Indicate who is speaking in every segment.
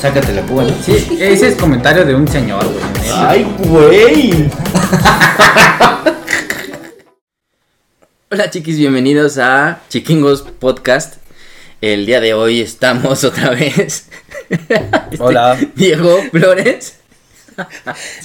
Speaker 1: Sácate la púa, ¿no?
Speaker 2: Sí, ese es comentario de un señor, güey. neta.
Speaker 3: ¡Ay, güey!
Speaker 4: Hola chiquis, bienvenidos a Chiquingos Podcast. El día de hoy estamos otra vez. Este
Speaker 3: Hola.
Speaker 4: Diego Flores.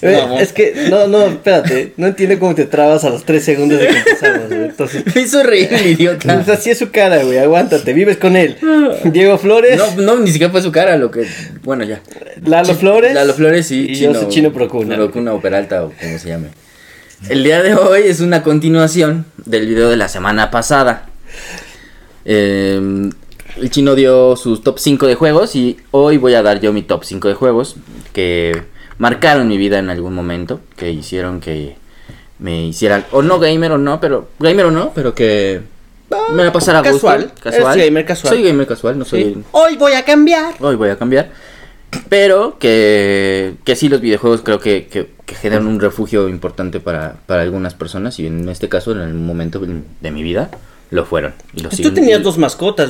Speaker 3: Eh,
Speaker 4: Mamón.
Speaker 3: es que, no, no, espérate. No entiendo cómo te trabas a los 3 segundos de que empezamos, güey. Entonces,
Speaker 4: Me hizo reír el idiota.
Speaker 3: pues así es su cara, güey. Aguántate, vives con él. Diego Flores,
Speaker 4: No, no, ni siquiera fue su cara lo que. Bueno, ya.
Speaker 3: Lalo Flores.
Speaker 4: Lalo Flores y,
Speaker 3: y yo soy Chino Procuna.
Speaker 4: Procuna o Peralta o como se llame. El día de hoy es una continuación del video de la semana pasada. Eh, el chino dio sus top 5 de juegos y hoy voy a dar yo mi top 5 de juegos que marcaron mi vida en algún momento, que hicieron que me hiciera, o no gamer o no, pero gamer o no, pero que me la pasara a gusto.
Speaker 3: casual. Eres gamer casual.
Speaker 4: Soy gamer casual, no soy
Speaker 3: Hoy voy a cambiar.
Speaker 4: hoy voy a cambiar. Pero que, que sí, los videojuegos creo que, que- que generan un refugio importante para, para algunas personas. Y en este caso, en el momento de mi vida, lo fueron. Y lo
Speaker 3: Tú
Speaker 4: siguen-
Speaker 3: tenías dos mascotas,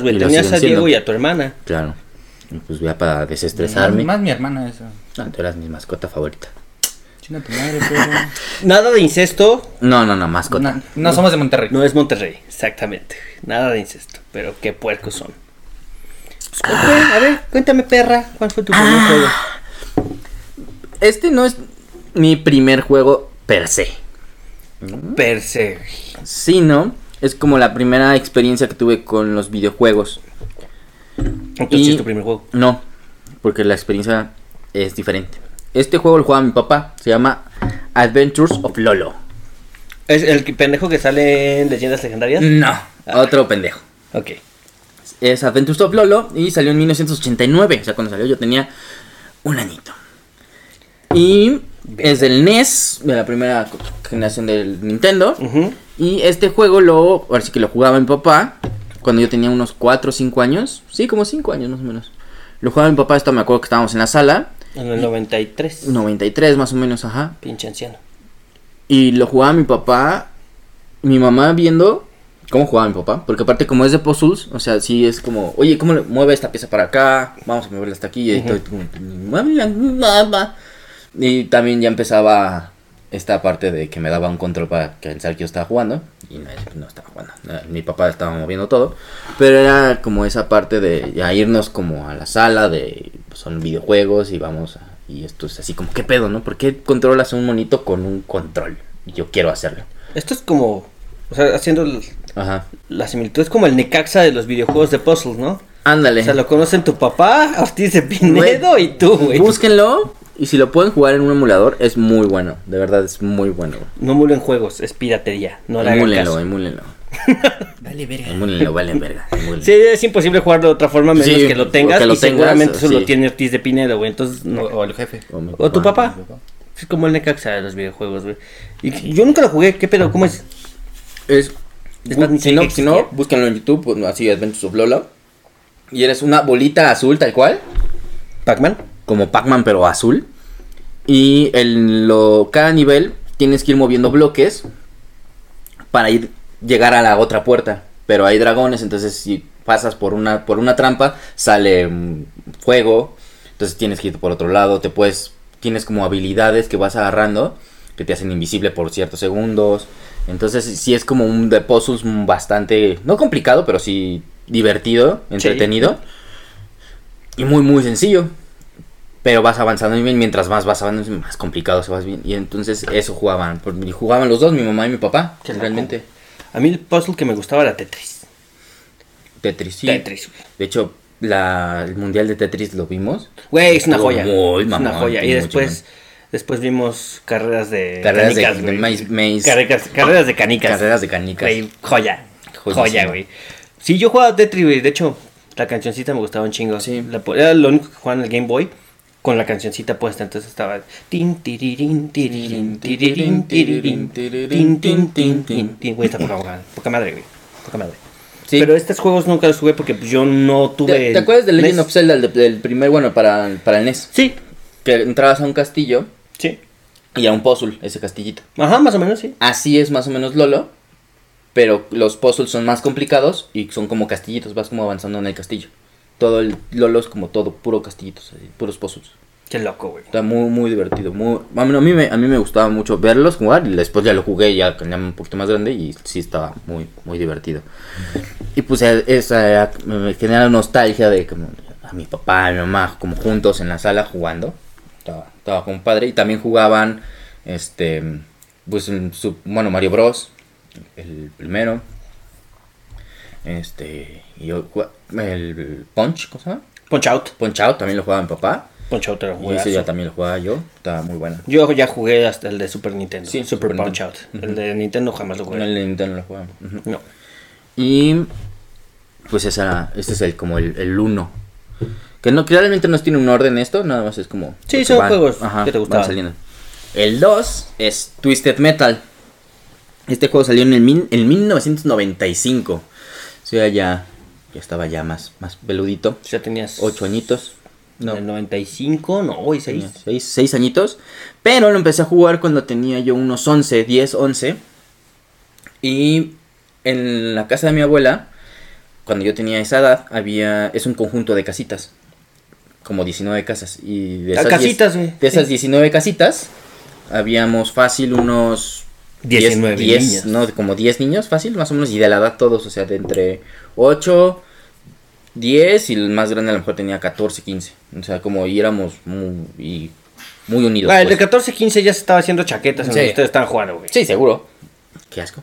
Speaker 4: Pues y
Speaker 3: güey.
Speaker 4: lo
Speaker 3: Tenías
Speaker 4: siguen
Speaker 3: a
Speaker 4: siendo.
Speaker 3: Diego y a tu hermana.
Speaker 4: Claro. Y pues ya para desestresarme.
Speaker 2: Más mi hermana eso.
Speaker 4: Ah, tú eras mi mascota favorita.
Speaker 2: Chinga tu madre, pero.
Speaker 3: Nada de incesto.
Speaker 4: No, no, no, mascota.
Speaker 2: No, no somos de Monterrey.
Speaker 3: No es Monterrey, exactamente. Nada de incesto. Pero qué puercos son. Pues, ok, a ver, cuéntame, perra. ¿Cuál fue tu primer juego?
Speaker 4: Este no es mi primer juego per se.
Speaker 3: Per se.
Speaker 4: Sino es como la primera experiencia que tuve con los videojuegos.
Speaker 3: Entonces,
Speaker 4: Y-
Speaker 3: sí es tu primer juego.
Speaker 4: No, porque la experiencia es diferente. Este juego lo jugaba mi papá, se llama Adventures of Lolo.
Speaker 3: ¿Es el que- pendejo que sale en Leyendas Legendarias?
Speaker 2: No.
Speaker 4: Otro pendejo.
Speaker 3: Ok.
Speaker 4: Es Adventures of Lolo y salió en 1989, o sea, cuando salió yo tenía un añito. Y es del NES, de la primera co- generación del Nintendo.
Speaker 3: Ujú.
Speaker 4: Y este juego lo, ahora sí que lo jugaba mi papá cuando yo tenía unos 4 o 5 años. Sí, como 5 años más o menos. Lo jugaba mi papá, esto me acuerdo que estábamos en la sala.
Speaker 3: En el 93.
Speaker 4: 93 más o menos, ajá.
Speaker 3: Pinche anciano.
Speaker 4: Y lo jugaba mi papá, mi mamá viendo cómo jugaba mi papá. Porque aparte como es de puzzles, o sea, sí es como, oye, ¿cómo le mueve esta pieza para acá? Vamos a moverla hasta aquí. Y, todo, y también ya empezaba esta parte de que me daba un control para pensar que yo estaba jugando. Y no, no estaba jugando. Eh, Mi papá estaba moviendo todo. Pero era como esa parte de ya irnos como a la sala de pues, son videojuegos y vamos a- y esto es así como qué pedo, ¿no? ¿Por qué controlas a un monito con un control? Y yo quiero hacerlo.
Speaker 3: Esto es como. O sea, haciendo l-
Speaker 4: Ajá.
Speaker 3: la similitud. Es como el Necaxa de los videojuegos de puzzles, ¿no?
Speaker 4: Ándale.
Speaker 3: O sea, lo conocen tu papá, Ortiz de Pinedo
Speaker 4: Güey,
Speaker 3: y tú, güey.
Speaker 4: Búsquenlo y si lo pueden jugar en un emulador es muy bueno, de verdad es muy bueno.
Speaker 3: No mulen juegos, es piratería. No le hagan
Speaker 4: Emúlenlo,
Speaker 3: caso.
Speaker 4: emúlenlo. Vale verga. Emúlenlo, vale verga. emúlenlo.
Speaker 3: Sí, es imposible jugarlo de otra forma a menos
Speaker 4: Sí,
Speaker 3: que lo tengas
Speaker 4: o que lo
Speaker 3: y
Speaker 4: tengas,
Speaker 3: seguramente
Speaker 4: o
Speaker 3: solo
Speaker 4: sí.
Speaker 3: tiene Ortiz de Pinedo, güey. Entonces, no,
Speaker 2: O el jefe.
Speaker 4: O mi
Speaker 3: O tu papá. Es como el Necaxa de los videojuegos, güey. Y yo nunca lo jugué, ¿qué pedo? ¿Cómo es?
Speaker 4: Es,
Speaker 3: Es más, ni
Speaker 4: si,
Speaker 3: sé
Speaker 4: no,
Speaker 3: que
Speaker 4: si no,
Speaker 3: existía.
Speaker 4: búsquenlo en YouTube, pues, así Adventures of Lola. Y eres una bolita azul tal cual,
Speaker 3: ¿Pac-Man?
Speaker 4: como Pac-Man pero azul. Y en lo, cada nivel tienes que ir moviendo bloques para ir llegar a la otra puerta. Pero hay dragones, entonces si pasas por una, por una trampa, sale mm, fuego. Entonces tienes que ir por otro lado, te puedes, tienes como habilidades que vas agarrando que te hacen invisible por ciertos segundos. Entonces sí es como un de puzzles mm, bastante, no complicado, pero sí divertido, entretenido. Y muy, muy sencillo. Pero vas avanzando y mientras más vas avanzando, más complicado se vas bien. Y entonces eso jugaban. por- y Jugaban los dos, mi mamá y mi papá.
Speaker 3: Qué loco.
Speaker 4: realmente.
Speaker 3: A mí el puzzle que me gustaba era Tetris.
Speaker 4: Tetris, sí.
Speaker 3: Tetris, güey.
Speaker 4: De hecho, la, el mundial de Tetris lo vimos.
Speaker 3: Güey, es una
Speaker 4: Estuvo
Speaker 3: joya.
Speaker 4: muy
Speaker 3: es
Speaker 4: mamón,
Speaker 3: una joya. Y
Speaker 4: muy
Speaker 3: después, después vimos carreras de
Speaker 4: Carreras de-
Speaker 3: canicas,
Speaker 4: de
Speaker 3: güey.
Speaker 4: maíz- maíz.
Speaker 3: Carreras, carreras de canicas.
Speaker 4: Carreras de canicas.
Speaker 3: Güey, joya.
Speaker 4: Joyísimo.
Speaker 3: Joya, güey. Sí, yo jugaba Tetris, güey. De hecho, la cancioncita me gustaba un chingo.
Speaker 4: Sí.
Speaker 3: La po- era lo único que jugaba en el Game Boy con la cancioncita puesta. Entonces estaba. Tin, tirirín, tirirín, tirirín, tirirín, tin, tin, tin, tin, tin. Güey, está poca, poca, poca madre, güey. Poca madre.
Speaker 4: Sí.
Speaker 3: Pero estos juegos nunca los jugué porque pues, yo no tuve.
Speaker 4: ¿Te, te acuerdas de
Speaker 3: el E
Speaker 4: Legend
Speaker 3: NES?
Speaker 4: of Zelda, el de- del primer, bueno, para, para el NES?
Speaker 3: Sí,
Speaker 4: Que entrabas a un castillo
Speaker 3: sí.
Speaker 4: y era un puzzle, ese castillito.
Speaker 3: Ajá, más o menos, sí.
Speaker 4: Así es más o menos Lolo. Pero los puzzles son más complicados y son como castillitos, vas como avanzando en el castillo. Todo el Lolo es como todo, puro castillitos, así, puros pozos.
Speaker 3: Qué loco, güey.
Speaker 4: Está muy, muy divertido. Muy... Bueno, a, mí me, a mí me gustaba mucho verlos jugar y después ya lo jugué ya cuando era un poquito más grande y sí estaba muy, muy divertido. Y pues eh, esa era- me me genera nostalgia de como a mi papá, a mi mamá, como juntos en la sala jugando. Estaba, estaba con padre y también jugaban, este, pues, en su- bueno, Mario Bros, el primero. Este, y yo, jugaba- el Punch, ¿cómo se llama?
Speaker 3: Punch Out.
Speaker 4: Punch Out también lo jugaba mi papá.
Speaker 3: Punch Out era un
Speaker 4: Y ese ya
Speaker 3: juegazo.
Speaker 4: también lo jugaba yo, estaba muy buena.
Speaker 3: Yo ya jugué hasta el de Super Nintendo.
Speaker 4: Sí,
Speaker 3: Super
Speaker 4: Super
Speaker 3: Punch Out.
Speaker 4: Nintendo.
Speaker 3: El de Nintendo jamás lo
Speaker 4: Con
Speaker 3: jugué.
Speaker 4: el Nintendo lo jugaba. Ujú.
Speaker 3: No.
Speaker 4: Y pues esa era- este es el como el, el uno. Que no, que realmente no tiene un orden esto, nada más es como.
Speaker 3: Sí,
Speaker 4: lo que
Speaker 3: son
Speaker 4: van-
Speaker 3: juegos que te
Speaker 4: van
Speaker 3: gustaban.
Speaker 4: saliendo. El 2 es Twisted Metal. Este juego salió en el min- en 1995. O sea, ya, ya estaba ya más, más peludito.
Speaker 3: Ya tenías.
Speaker 4: Ocho añitos.
Speaker 3: No. El 95, no, hoy 6.
Speaker 4: Tenía seis, seis añitos. Pero lo empecé a jugar cuando tenía yo unos 11, 10, 11. Y en la casa de mi abuela, cuando yo tenía esa edad, había es un conjunto de casitas. Como 19 casas. Y de
Speaker 3: Ah,
Speaker 4: esas,
Speaker 3: casitas,
Speaker 4: diez-
Speaker 3: güey.
Speaker 4: de esas
Speaker 3: Sí.
Speaker 4: 19 casitas, habíamos fácil unos...
Speaker 3: 19
Speaker 4: diez-
Speaker 3: niños.
Speaker 4: No, como 10 niños, fácil, más o menos. Y de la edad todos, o sea, de entre 8, 10 y el más grande a lo mejor tenía 14, 15. O sea, como y éramos muy, y muy unidos.
Speaker 3: Ah, el de
Speaker 4: pues.
Speaker 3: 14, 15 ya se estaba haciendo chaquetas en
Speaker 4: Sí.
Speaker 3: lo que ustedes estaban jugando, güey.
Speaker 4: Sí, seguro. Qué asco.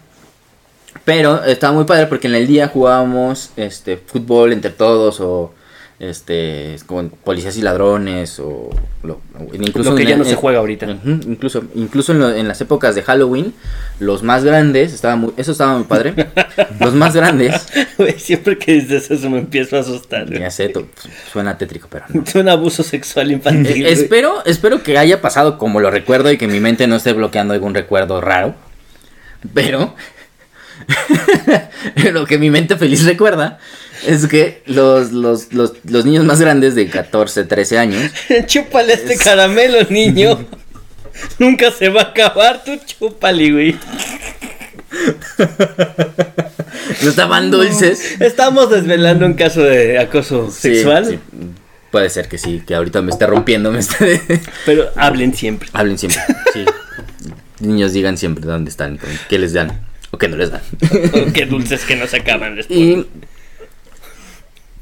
Speaker 4: Pero estaba muy padre porque en el día jugábamos este, fútbol entre todos o este con policías y ladrones o lo, o- incluso
Speaker 3: Lo que
Speaker 4: en-
Speaker 3: ya no se
Speaker 4: en-
Speaker 3: juega ahorita.
Speaker 4: Ujú, incluso incluso en, lo- en las épocas de Halloween los más grandes estaban muy eso estaba muy padre los más grandes
Speaker 3: Güey, Siempre que dices eso me empiezo a asustar. güey.
Speaker 4: ya sé to- suena tétrico pero no.
Speaker 3: Es un abuso sexual infantil.
Speaker 4: Eh,
Speaker 3: güey.
Speaker 4: espero, espero que haya pasado como lo recuerdo y que mi mente no esté bloqueando algún recuerdo raro. Pero lo que mi mente feliz recuerda es que los, los, los, los niños más grandes de 14, 13 años
Speaker 3: Chúpale este caramelo, niño. Nunca se va a acabar, tú chúpale, güey.
Speaker 4: estaban dulces.
Speaker 3: Estamos desvelando un caso de acoso
Speaker 4: Sí,
Speaker 3: sexual,
Speaker 4: sí. Puede ser que sí, que ahorita me esté rompiendo, me esté...
Speaker 3: pero hablen siempre.
Speaker 4: Hablen siempre. Sí. Niños digan siempre dónde están, con- qué les dan o qué no les dan.
Speaker 3: Oh, Qué dulces que no se acaban después.
Speaker 4: Y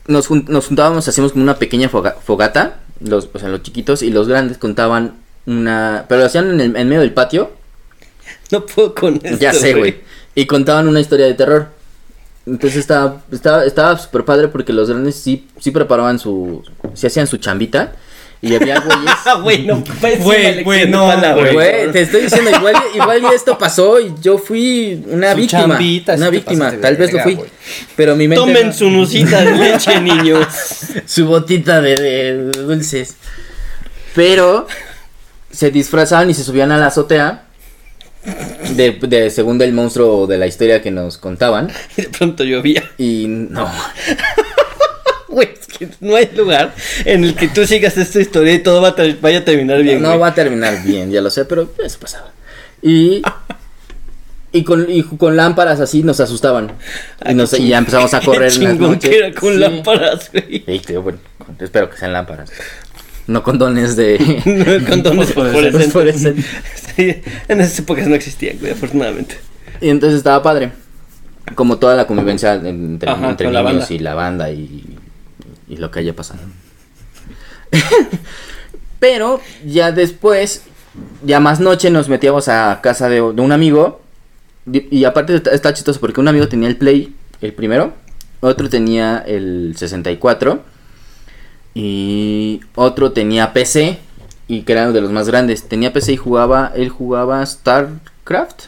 Speaker 4: nos, jun- nos juntábamos, hacíamos como una pequeña foga- fogata, los, o sea, los chiquitos y los grandes contaban una... Pero lo hacían en, el, en medio del patio,
Speaker 3: No puedo con esto.
Speaker 4: ya sé, güey. Y contaban una historia de terror. Entonces estaba estaba estaba súper padre porque los grandes sí, sí preparaban su... sí hacían su chambita y había güeyes...
Speaker 3: Ah, güey, no, pésima
Speaker 2: Güey,
Speaker 3: elección
Speaker 2: güey,
Speaker 3: de
Speaker 2: no,
Speaker 3: palabra,
Speaker 2: güey.
Speaker 4: Güey, te estoy diciendo, igual, igual y esto pasó y yo fui una
Speaker 2: Su
Speaker 4: víctima.
Speaker 2: chambita, sí
Speaker 4: una
Speaker 2: te
Speaker 4: víctima,
Speaker 2: pasaste de
Speaker 4: tal vez lo
Speaker 2: verga,
Speaker 4: fui.
Speaker 2: güey.
Speaker 4: Pero mi mente... no-
Speaker 3: Tomen su nucita de leche, niños.
Speaker 4: su botita de, de dulces. Pero se disfrazaban y se subían a la azotea. De, de según el monstruo de la historia que nos contaban.
Speaker 3: Y de pronto llovía.
Speaker 4: Y no.
Speaker 3: Güey, es que no hay lugar en el que tú sigas esta historia y todo va a ter- vaya a terminar bien.
Speaker 4: no
Speaker 3: güey.
Speaker 4: va a terminar bien, ya lo sé, pero eso pasaba. Y. Y con, y con lámparas así nos asustaban. Y, nos- y ya empezamos a correr
Speaker 3: Qué
Speaker 4: en las
Speaker 3: chingón
Speaker 4: noches.
Speaker 3: que era con
Speaker 4: Sí.
Speaker 3: lámparas, güey.
Speaker 4: Sí, tío, bueno, espero que sean lámparas. No condones
Speaker 3: Pues,
Speaker 4: de. Pues,
Speaker 3: Condones
Speaker 4: Fosforescentes.
Speaker 3: fosforescentes. Sí, en esas épocas no existían, güey, afortunadamente.
Speaker 4: Y entonces estaba padre. Como toda la convivencia entre,
Speaker 3: Ajá,
Speaker 4: entre
Speaker 3: con la
Speaker 4: niños
Speaker 3: banda.
Speaker 4: y la banda y, y lo que haya pasado. Pero ya después, ya más noche nos metíamos a casa de, de un amigo. Y, y aparte está, está chistoso porque un amigo tenía el Play, el primero. Otro tenía el 64. Y otro tenía PC. Y que era uno de los más grandes. Tenía PC y jugaba, él jugaba StarCraft.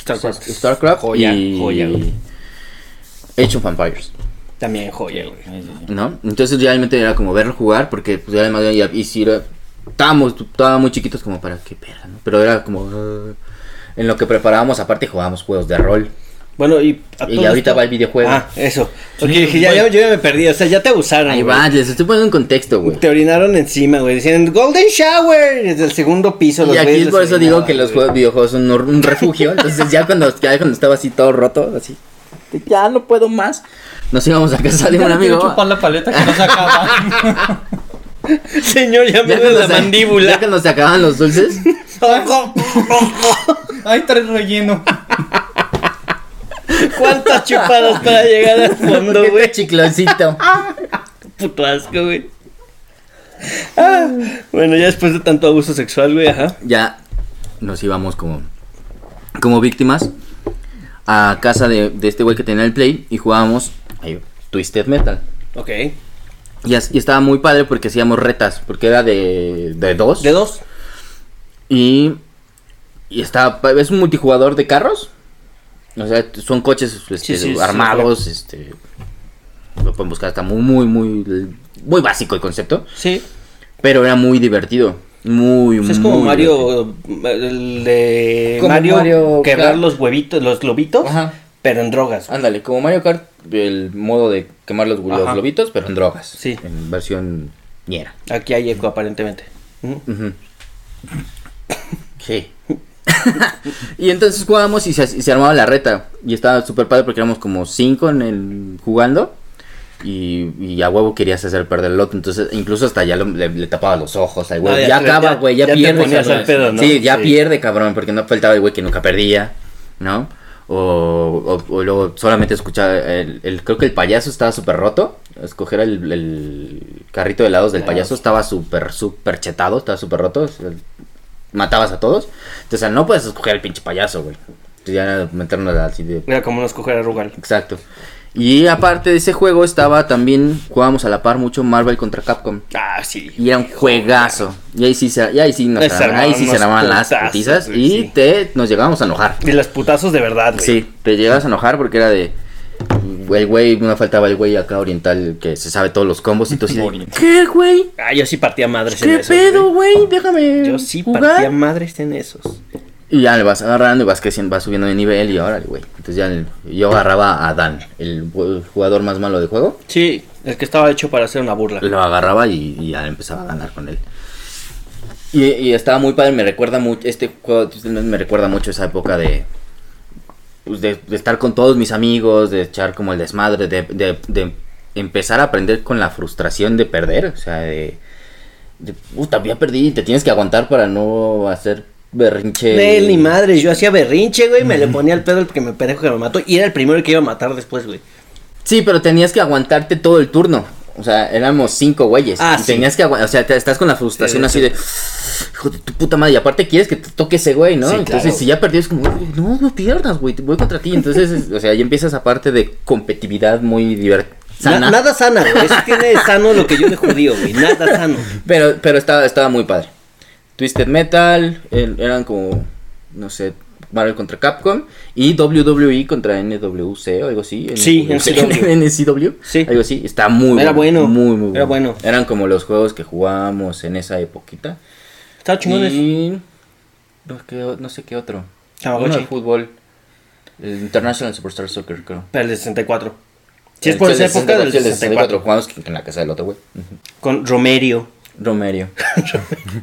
Speaker 3: StarCraft.
Speaker 4: StarCraft
Speaker 3: Joya,
Speaker 4: y
Speaker 3: joya, güey.
Speaker 4: Age of Empires,
Speaker 3: También joya, güey.
Speaker 4: ¿no? Entonces realmente era como verlo jugar porque pues, además ya, y si era- estábamos, estábamos muy chiquitos como para qué perra, ¿no? Pero era como "Ah". en lo que preparábamos aparte jugábamos juegos de rol.
Speaker 3: Bueno, y. a
Speaker 4: Y
Speaker 3: todo
Speaker 4: ahorita
Speaker 3: esto-
Speaker 4: va el videojuego.
Speaker 3: Ah, eso.
Speaker 4: Sí,
Speaker 3: Ok, dije, ya,
Speaker 4: bueno.
Speaker 3: ya- yo ya me perdí. O sea, ya te abusaron.
Speaker 4: Ahí
Speaker 3: güey.
Speaker 4: va, les estoy poniendo en contexto, güey.
Speaker 3: Te orinaron encima, güey. Decían Golden Shower desde el segundo piso.
Speaker 4: Y
Speaker 3: los
Speaker 4: aquí
Speaker 3: güeyes
Speaker 4: es por
Speaker 3: les
Speaker 4: eso digo
Speaker 3: orinaban,
Speaker 4: que los
Speaker 3: güey.
Speaker 4: juegos, videojuegos son un, un refugio. Entonces ya cuando, ya cuando estaba así todo roto, así este, ya no puedo más. Nos íbamos a casa de un
Speaker 2: Quiero
Speaker 4: amigo.
Speaker 2: chupar la paleta que no se acaba.
Speaker 3: Señor, ya me
Speaker 4: Ya
Speaker 3: duele
Speaker 4: cuando
Speaker 3: la
Speaker 4: se- Ya
Speaker 3: mandíbula.
Speaker 4: cuando se acaban los dulces.
Speaker 2: Ay, tres relleno.
Speaker 3: ¿Cuántas chupadas para llegar al fondo, güey?
Speaker 4: Chicloncito.
Speaker 3: Puto asco, güey. Ah, bueno, ya después de tanto abuso sexual, güey, ajá.
Speaker 4: ya nos íbamos como, como víctimas a casa de, de este güey que tenía el play y jugábamos ahí, Twisted Metal.
Speaker 3: Ok.
Speaker 4: Y, as- y estaba muy padre porque hacíamos retas, porque era de, de dos.
Speaker 3: De dos.
Speaker 4: Y, y estaba, pa- es un multijugador de carros. O sea, t- son coches este,
Speaker 3: Sí, sí, sí,
Speaker 4: armados, este, lo pueden buscar, está muy, muy, muy, muy básico el concepto,
Speaker 3: Sí.
Speaker 4: pero era muy divertido, muy,
Speaker 3: Pues es como
Speaker 4: muy divertido.
Speaker 3: Mario. El de
Speaker 4: Como
Speaker 3: Mario,
Speaker 4: Mario
Speaker 3: quebrar
Speaker 4: Kart.
Speaker 3: los huevitos, los globitos,
Speaker 4: Ajá.
Speaker 3: pero en drogas.
Speaker 4: Ándale, como Mario Kart, el modo de quemar los, los
Speaker 3: Ajá.
Speaker 4: globitos, pero en drogas.
Speaker 3: Sí.
Speaker 4: En versión ñera.
Speaker 3: Aquí hay eco, aparentemente. ¿Mm? Ujú.
Speaker 4: Sí. y entonces jugábamos y se, y se armaba la reta. Y estaba súper padre porque éramos como cinco en el, jugando. Y, y a huevo querías hacer perder el otro. Entonces, incluso hasta ya lo- le, le tapaba los ojos al güey.
Speaker 3: No, Ah, ya
Speaker 4: ya,
Speaker 3: te-
Speaker 4: acaba,
Speaker 3: ya-
Speaker 4: güey. Ya,
Speaker 3: ya te
Speaker 4: pierde,
Speaker 3: ponías
Speaker 4: cabrón.
Speaker 3: al pedo, ¿no?
Speaker 4: Sí, ya
Speaker 3: Sí.
Speaker 4: pierde, cabrón. Porque no faltaba el güey que nunca perdía, ¿no? O, o- o luego solamente escuchaba. El, el- creo que el payaso estaba súper roto. Escoger el, el carrito de helados del
Speaker 3: Ah.
Speaker 4: payaso estaba súper, súper chetado. Estaba súper roto. o sea, matabas a todos. Entonces, no puedes escoger al pinche payaso, güey. Entonces, ya era meternos así de.
Speaker 3: Mira cómo nos coger a Rugal.
Speaker 4: Exacto. Y aparte de ese juego, estaba también. Jugábamos a la par mucho Marvel contra Capcom.
Speaker 3: Ah, sí.
Speaker 4: Y era un juegazo. Y ahí sí se, y ahí sí nos
Speaker 3: Ahí se
Speaker 4: armaban- ahí sí se
Speaker 3: armaban
Speaker 4: armaban
Speaker 3: unos
Speaker 4: las
Speaker 3: putazos,
Speaker 4: putizas.
Speaker 3: güey,
Speaker 4: Y
Speaker 3: sí.
Speaker 4: te, nos llegábamos a enojar.
Speaker 3: Y las putazos de verdad, güey.
Speaker 4: Sí, te llegabas a enojar porque era de. El güey, no faltaba el güey acá oriental que se sabe todos los combos y todo así de,
Speaker 2: Oriental.
Speaker 4: ¿Qué, güey?
Speaker 3: Ah, yo sí partía madres en
Speaker 4: ¿Qué
Speaker 3: esos.
Speaker 4: pedo,
Speaker 3: güey.
Speaker 4: güey? Déjame.
Speaker 3: Yo sí
Speaker 4: jugar".
Speaker 3: partía madres en esos.
Speaker 4: Y ya le vas agarrando y vas creciendo, vas subiendo de nivel y órale, güey. Entonces ya el- yo agarraba a Dan, el bu- jugador más malo de juego.
Speaker 3: Sí, el que estaba hecho para hacer una burla.
Speaker 4: Lo agarraba y, y ya le empezaba a ganar con él. Y, y estaba muy padre, me recuerda mucho, este juego me recuerda mucho esa época de, pues, de, de estar con todos mis amigos, de echar como el desmadre, de, de- de empezar a aprender con la frustración de perder, o sea, de, de puta, ya perdí, te tienes que aguantar para no hacer berrinche.
Speaker 3: Nel, ni madres, yo hacía berrinche, güey, me le ponía el pedo al que me pendejo que me mató y era el primero que iba a matar después, güey.
Speaker 4: Sí, pero tenías que aguantarte todo el turno. O sea, éramos cinco güeyes.
Speaker 3: Ah,
Speaker 4: y
Speaker 3: sí.
Speaker 4: tenías que aguantar. O sea, te- estás con la frustración
Speaker 3: Sí,
Speaker 4: así
Speaker 3: sí.
Speaker 4: de. Hijo de tu puta madre. Y aparte quieres que te toque ese güey, ¿no?
Speaker 3: Sí,
Speaker 4: Entonces,
Speaker 3: claro.
Speaker 4: si ya perdí, es como, "Uy, no, no pierdas, güey. te Voy contra ti. Entonces, es- o sea, ya empieza esa parte de competitividad muy divertida.
Speaker 3: Na- nada sana, güey. Eso tiene de sano lo que yo de judío, güey. Nada sano.
Speaker 4: Pero, pero estaba, estaba muy padre. Twisted Metal, er- eran como, no sé, Marvel contra Capcom y WWE contra NWC o algo así.
Speaker 3: Sí, NCW.
Speaker 4: NCW.
Speaker 3: Sí.
Speaker 4: Algo así. Está muy
Speaker 3: Era bueno,
Speaker 4: Muy, muy
Speaker 3: era bueno.
Speaker 4: Eran como los juegos que jugábamos en esa época
Speaker 3: Estaba
Speaker 4: Mm.
Speaker 3: chingones.
Speaker 4: Y... No, qué- no sé qué otro.
Speaker 3: Tamagotchi.
Speaker 4: Uno de fútbol. El International Superstar Soccer, creo.
Speaker 3: Para el de 64. Si es
Speaker 4: El
Speaker 3: por
Speaker 4: del
Speaker 3: esa época del
Speaker 4: 64, el
Speaker 3: 64.
Speaker 4: Jugamos en la casa del otro, güey.
Speaker 3: Con Romerio.
Speaker 4: Romerio.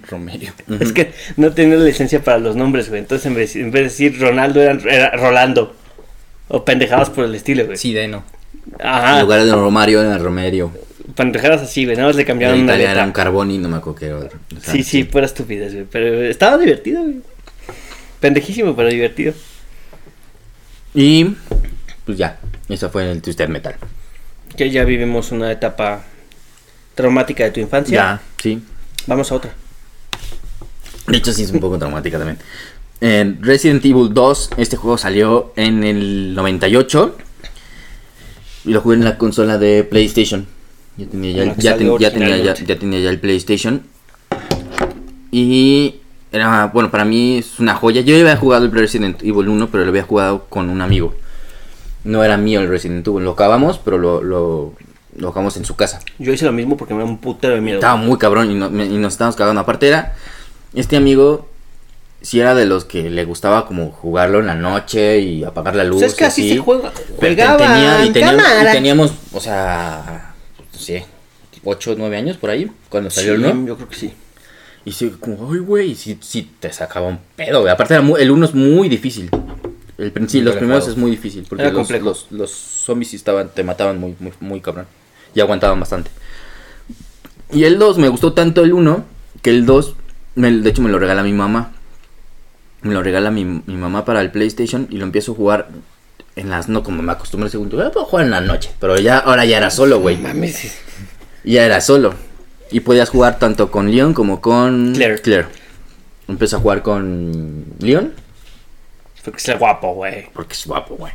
Speaker 4: Romerio.
Speaker 3: Es que no tenía licencia para los nombres, güey. Entonces en vez, en vez de decir Ronaldo era, era Rolando. O pendejadas por el estilo, güey.
Speaker 2: Sí, de no.
Speaker 4: En
Speaker 3: Ajá.
Speaker 4: lugar de Romario era Romerio.
Speaker 3: Pendejadas así, güey. Nada más le
Speaker 4: En
Speaker 3: cambiaron una
Speaker 4: Italia era un
Speaker 3: letra.
Speaker 4: Carboni, no me acuerdo qué era otro. O sea,
Speaker 3: Sí, sí, pura estupidez, güey. Pero estaba divertido, güey. Pendejísimo, pero divertido.
Speaker 4: Y pues ya, eso fue el Twisted Metal.
Speaker 3: Que ya vivimos una etapa traumática de tu infancia.
Speaker 4: sí.
Speaker 3: Vamos a otra.
Speaker 4: De hecho, sí es un poco traumática también. En Resident Evil 2, este juego salió en el 98. Y lo jugué en la consola de PlayStation. Ya tenía ya,
Speaker 3: Con la que
Speaker 4: ya
Speaker 3: salió
Speaker 4: ten- ya tenía ya,
Speaker 3: originalmente.
Speaker 4: ya tenía ya el PlayStation. Y era, bueno, para mí es una joya. Yo ya había jugado el Resident Evil 1, pero lo había jugado con un amigo. No era mío el Resident Evil, lo acabamos, pero lo, lo, lo acabamos en su casa.
Speaker 3: Yo hice lo mismo porque me da un putero de miedo.
Speaker 4: Estaba muy cabrón y, no- me- y nos estábamos cagando. Aparte era, este amigo, si era de los que le gustaba como jugarlo en la noche y apagar la luz.
Speaker 3: O sea, Pues es que así se juega.
Speaker 4: Pero te-
Speaker 3: Jugaban,
Speaker 4: tenía- y, teníamos, y
Speaker 3: cámara.
Speaker 4: teníamos, o sea, no sé, 8 o 9 años por ahí, cuando salió el
Speaker 3: Sí,
Speaker 4: 1.
Speaker 3: Yo creo que sí.
Speaker 4: Y sí, como, ay, güey, y sí, sí te sacaba un pedo, güey. Aparte era muy- el 1 es muy difícil. El, prin- sí, los
Speaker 1: Relajado.
Speaker 4: primeros es muy difícil. Porque
Speaker 3: Era
Speaker 4: los,
Speaker 3: complejo.
Speaker 4: los- los zombies sí estaban, te mataban muy, muy, muy cabrón. Y aguantaban bastante. Y el 2, me gustó tanto el 1 que el 2, me- de hecho me lo regala mi mamá. Me lo regala mi, mi mamá para el PlayStation y lo empiezo a jugar en las. No como me acostumbré, según tú, "Ah, puedo jugar en la noche. Pero ya ahora ya era solo, güey.
Speaker 3: Mames.
Speaker 4: Ya era solo. Y podías jugar tanto con Leon como con
Speaker 3: Claire.
Speaker 4: Empecé a jugar con Leon
Speaker 3: Fue que es el guapo, güey.
Speaker 4: porque es guapo, güey.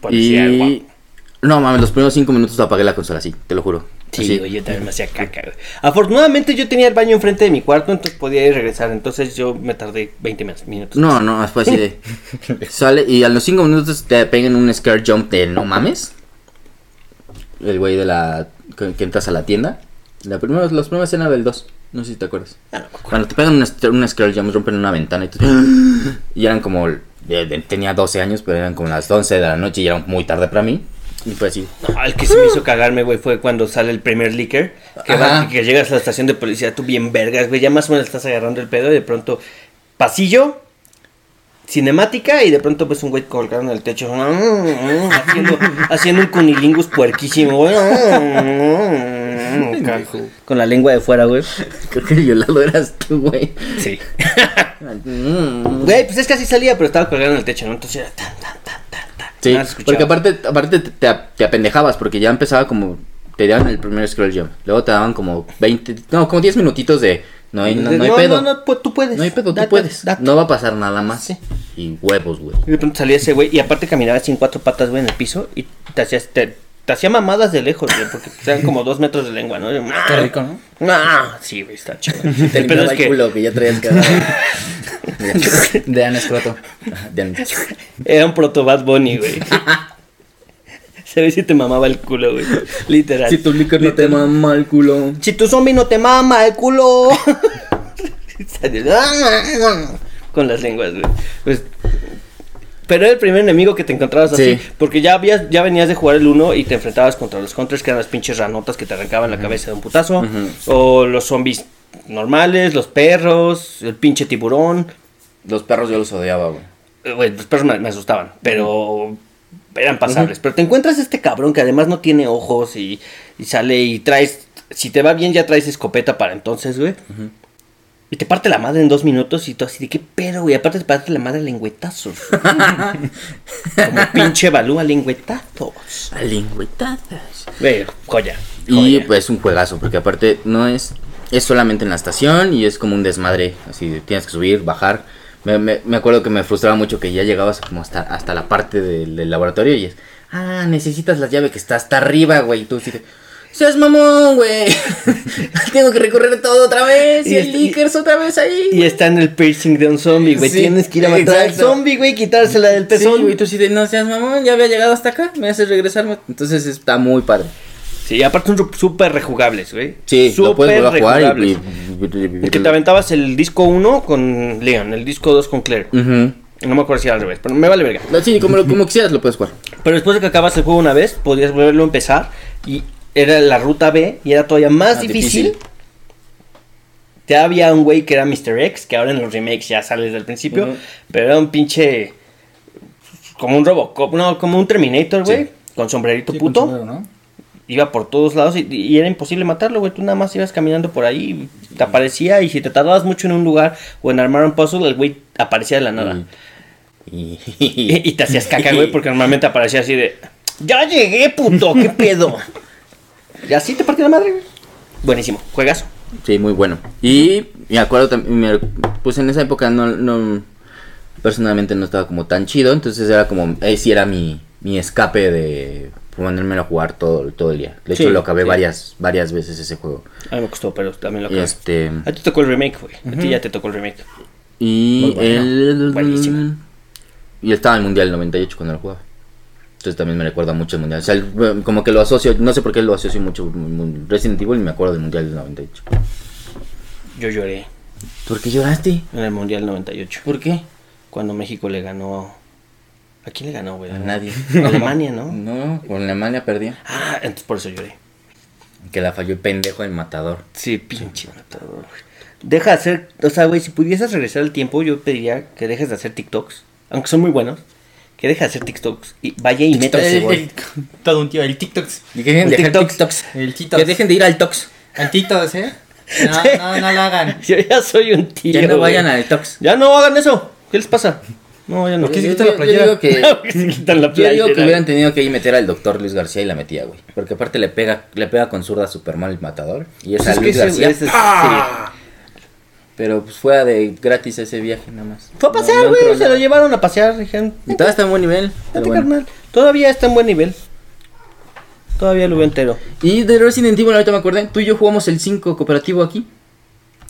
Speaker 3: Policía, el guapo.
Speaker 4: No mames, los primeros cinco minutos apagué la consola, sí, te lo juro.
Speaker 3: Sí,
Speaker 4: Así.
Speaker 3: güey, yo también me hacía caca, güey. Afortunadamente yo tenía el baño enfrente de mi cuarto, entonces podía ir y regresar. Entonces yo me tardé 20 min- minutos.
Speaker 4: No, no, fue así de. sale y a los cinco minutos te pegan un scare jump de no mames. El güey de la. que, que entras a la tienda. La primera, los primera escena del 2. No sé si te acuerdas. Cuando te pegan un, st- un scare jump, rompen una ventana y tú. Y eran como. de- de- tenía 12 años, pero eran como las 11 de la noche y eran muy tarde para mí. Y pues fue así.
Speaker 3: No, el que se me hizo cagarme, güey, fue cuando sale el primer leaker. Que, va-
Speaker 4: Ajá.
Speaker 3: que llegas a la estación de policía, tú bien vergas, güey. Ya más o menos estás agarrando el pedo y de pronto pasillo, cinemática y de pronto ves un güey colgado en el techo. Haciendo, haciendo un cunilingus puerquísimo, güey. Con la lengua de fuera, güey.
Speaker 4: Creo que el violado eras tú, güey.
Speaker 3: Sí. Güey, pues es que así salía, pero estaba colgado en el techo, ¿no? Entonces era tan, tan, tan, tan, tan.
Speaker 4: Sí,
Speaker 3: Nada se escuchaba.
Speaker 4: porque aparte, aparte te, te ap- te apendejabas, porque ya empezaba como. Te daban el primer scroll jump. Luego te daban como 20. No, como 10 minutitos de. No hay, no, no hay pedo.
Speaker 3: No,
Speaker 4: No,
Speaker 3: no, pu- tú puedes.
Speaker 4: hay pedo, tú
Speaker 3: Date,
Speaker 4: puedes.
Speaker 3: date.
Speaker 4: No va a pasar nada más.
Speaker 3: Sí.
Speaker 4: Y huevos, güey.
Speaker 3: Y de pronto salía ese güey y aparte caminaba sin cuatro patas, güey, en el piso y te hacías, te, te hacía mamadas de lejos, güey, porque eran como dos metros de lengua, ¿no?
Speaker 2: Qué rico, ¿no?
Speaker 3: Ah, sí, güey, está chido.
Speaker 4: Te
Speaker 3: El pedo es
Speaker 4: limpiaba el
Speaker 3: que
Speaker 4: culo que ya traías cagado.
Speaker 1: De Ana Escroto.
Speaker 4: De-
Speaker 3: era un proto Bad Bunny, güey. Se ve si te mamaba el culo, güey. Literal.
Speaker 4: si tu líquido no te mama el culo.
Speaker 3: Si tu zombie no te mama el culo. Con las lenguas, güey. Pues, pero era el primer enemigo que te encontrabas así.
Speaker 4: Sí.
Speaker 3: Porque ya, habías, ya venías de jugar el 1 y te enfrentabas contra los contras, que eran las pinches ranotas que te arrancaban la cabeza de un putazo. O los zombies normales, los perros, el pinche tiburón.
Speaker 4: Los perros yo los odiaba, güey.
Speaker 3: Eh, güey, los perros me, me asustaban, pero eran pasables. Pero te encuentras este cabrón que además no tiene ojos y, y sale y traes, si te va bien ya traes escopeta para entonces, güey. Y te parte la madre en dos minutos y tú así de qué pedo, güey. Aparte te parte la madre a lengüetazos. Como pinche balú a lengüetazos.
Speaker 4: A lingüetazas.
Speaker 3: Güey, joya.
Speaker 4: Y
Speaker 3: joya.
Speaker 4: pues es un juegazo, porque aparte no es. Es solamente en la estación y es como un desmadre. Así de, tienes que subir, bajar. Me, me- me acuerdo que me frustraba mucho que ya llegabas como hasta, hasta la parte del, del laboratorio y es. Ah, necesitas la llave que está hasta arriba, güey. Y tú así de, Seas mamón, güey. Tengo que recorrer todo otra vez. Y,
Speaker 3: Y
Speaker 4: el
Speaker 3: este-
Speaker 4: Lickers otra vez ahí.
Speaker 3: Y está en el piercing de un zombie, güey.
Speaker 4: Sí,
Speaker 3: Tienes que ir a matar al
Speaker 4: exacto.
Speaker 3: zombie, güey, quitársela del
Speaker 4: Sí,
Speaker 3: pezón.
Speaker 4: güey, tú así de, no seas mamón, ya había llegado hasta acá, me haces regresarme. Entonces está muy padre.
Speaker 3: Sí, aparte son ru- súper rejugables, güey.
Speaker 4: Sí, lo puedes
Speaker 3: Súper
Speaker 4: volver a jugar y- pues,
Speaker 3: rejugables.
Speaker 4: y.
Speaker 3: El que te aventabas el disco 1 con Leon, el disco 2 con Claire.
Speaker 4: Ujú.
Speaker 3: No me acuerdo si era al revés, pero me vale verga.
Speaker 4: No, Ah, Sí, como, lo- como quisieras lo puedes jugar.
Speaker 3: Pero después de que acabas el juego una vez, podías volverlo a empezar y era la ruta B y era todavía más
Speaker 4: Más
Speaker 2: Ah,
Speaker 3: difícil.
Speaker 4: difícil.
Speaker 3: Ya había un güey que era Mr. X, que ahora en los remakes ya sale desde el principio,
Speaker 4: Ujú.
Speaker 3: pero era un pinche... Como un Robocop, no, como un Terminator, güey, con sombrerito
Speaker 2: Sí, con
Speaker 3: puto.
Speaker 2: sombrero, ¿no?
Speaker 3: iba por todos lados y, y era imposible matarlo, güey. Tú nada más ibas caminando por ahí, y te aparecía y si te tardabas mucho en un lugar o en armar un puzzle, el güey aparecía de la nada.
Speaker 4: Mm. Y-
Speaker 3: Y, y te hacías caca, güey, porque normalmente aparecía así de... Ya llegué, puto, qué pedo. y así te partió la madre, güey. Buenísimo, juegazo.
Speaker 4: Sí, muy bueno. Y me acuerdo también, pues en esa época no, no, personalmente no estaba como tan chido, entonces era como, ahí sí era mi, mi escape de ponerme a jugar todo, todo el día. De hecho
Speaker 3: Sí,
Speaker 4: lo acabé
Speaker 3: sí.
Speaker 4: varias, varias veces ese juego.
Speaker 3: A mí me costó, pero también lo
Speaker 4: Y
Speaker 3: acabé.
Speaker 4: este,
Speaker 3: A ti te tocó el remake, güey. A ti ya te tocó el remake.
Speaker 4: y
Speaker 1: Muy bueno.
Speaker 4: el...
Speaker 3: Buenísimo.
Speaker 4: Y estaba en el Mundial 98 cuando lo jugaba. Entonces también me recuerda mucho al Mundial. O sea, el- como que lo asocio, no sé por qué lo asocio mucho. mm, Resident Evil y me acuerdo del Mundial del 98.
Speaker 3: Yo lloré
Speaker 4: ¿Por qué lloraste?
Speaker 3: en el Mundial 98.
Speaker 4: ¿Por qué?
Speaker 3: Cuando México le ganó... ¿A quién le ganó, güey?
Speaker 4: A nadie.
Speaker 3: Alemania, ¿no?
Speaker 4: No, con Alemania perdí.
Speaker 3: Ah, entonces por eso lloré.
Speaker 4: Que la falló el pendejo del matador.
Speaker 3: Sí, pinche matador, güey. Deja de hacer, o sea, güey, si pudieses regresar al tiempo, yo pediría que dejes de hacer TikToks, aunque son muy buenos, Que deja de hacer TikToks. Y vaya y meta
Speaker 2: El-
Speaker 3: ese gol.
Speaker 2: el- todo un tío, el TikTok.
Speaker 4: Que dejen
Speaker 3: Un
Speaker 4: de dejar
Speaker 3: TikTok.
Speaker 4: TikToks.
Speaker 2: El TikTok.
Speaker 4: Que dejen de ir al Tox.
Speaker 2: El TikTok, ¿eh? No, no, no lo hagan.
Speaker 3: Yo ya soy un tío.
Speaker 4: Ya no
Speaker 3: güey.
Speaker 4: vayan al Tox.
Speaker 3: Ya no hagan eso. ¿Qué les pasa? No, ya no.
Speaker 2: ¿Por qué se
Speaker 4: Yo-
Speaker 2: quita
Speaker 4: yo-
Speaker 2: la playera?
Speaker 4: Yo digo que,
Speaker 3: No, que se quitan la
Speaker 4: yo digo que
Speaker 3: playera.
Speaker 4: hubieran tenido que ahí meter al doctor Luis García y la metía, güey. Porque aparte le pega, le pega con zurda super mal el matador. Y es
Speaker 3: Pues
Speaker 4: a
Speaker 3: es que
Speaker 4: Luis
Speaker 3: ese-
Speaker 4: García.
Speaker 3: ese es-
Speaker 4: ¡pah! Pero pues fue de gratis ese viaje nada más.
Speaker 3: Fue a
Speaker 4: No-
Speaker 3: pasear,
Speaker 4: no
Speaker 3: güey.
Speaker 4: entró
Speaker 3: se lo
Speaker 4: nada.
Speaker 3: llevaron a pasear. Dijeron,
Speaker 4: Y todavía está en buen nivel. pero
Speaker 3: "Vete,
Speaker 4: bueno.
Speaker 3: carnal". Todavía está en buen nivel. Todavía lo veo entero.
Speaker 4: Y de Resident Evil, ahorita me acordé, tú y yo jugamos el 5 cooperativo aquí.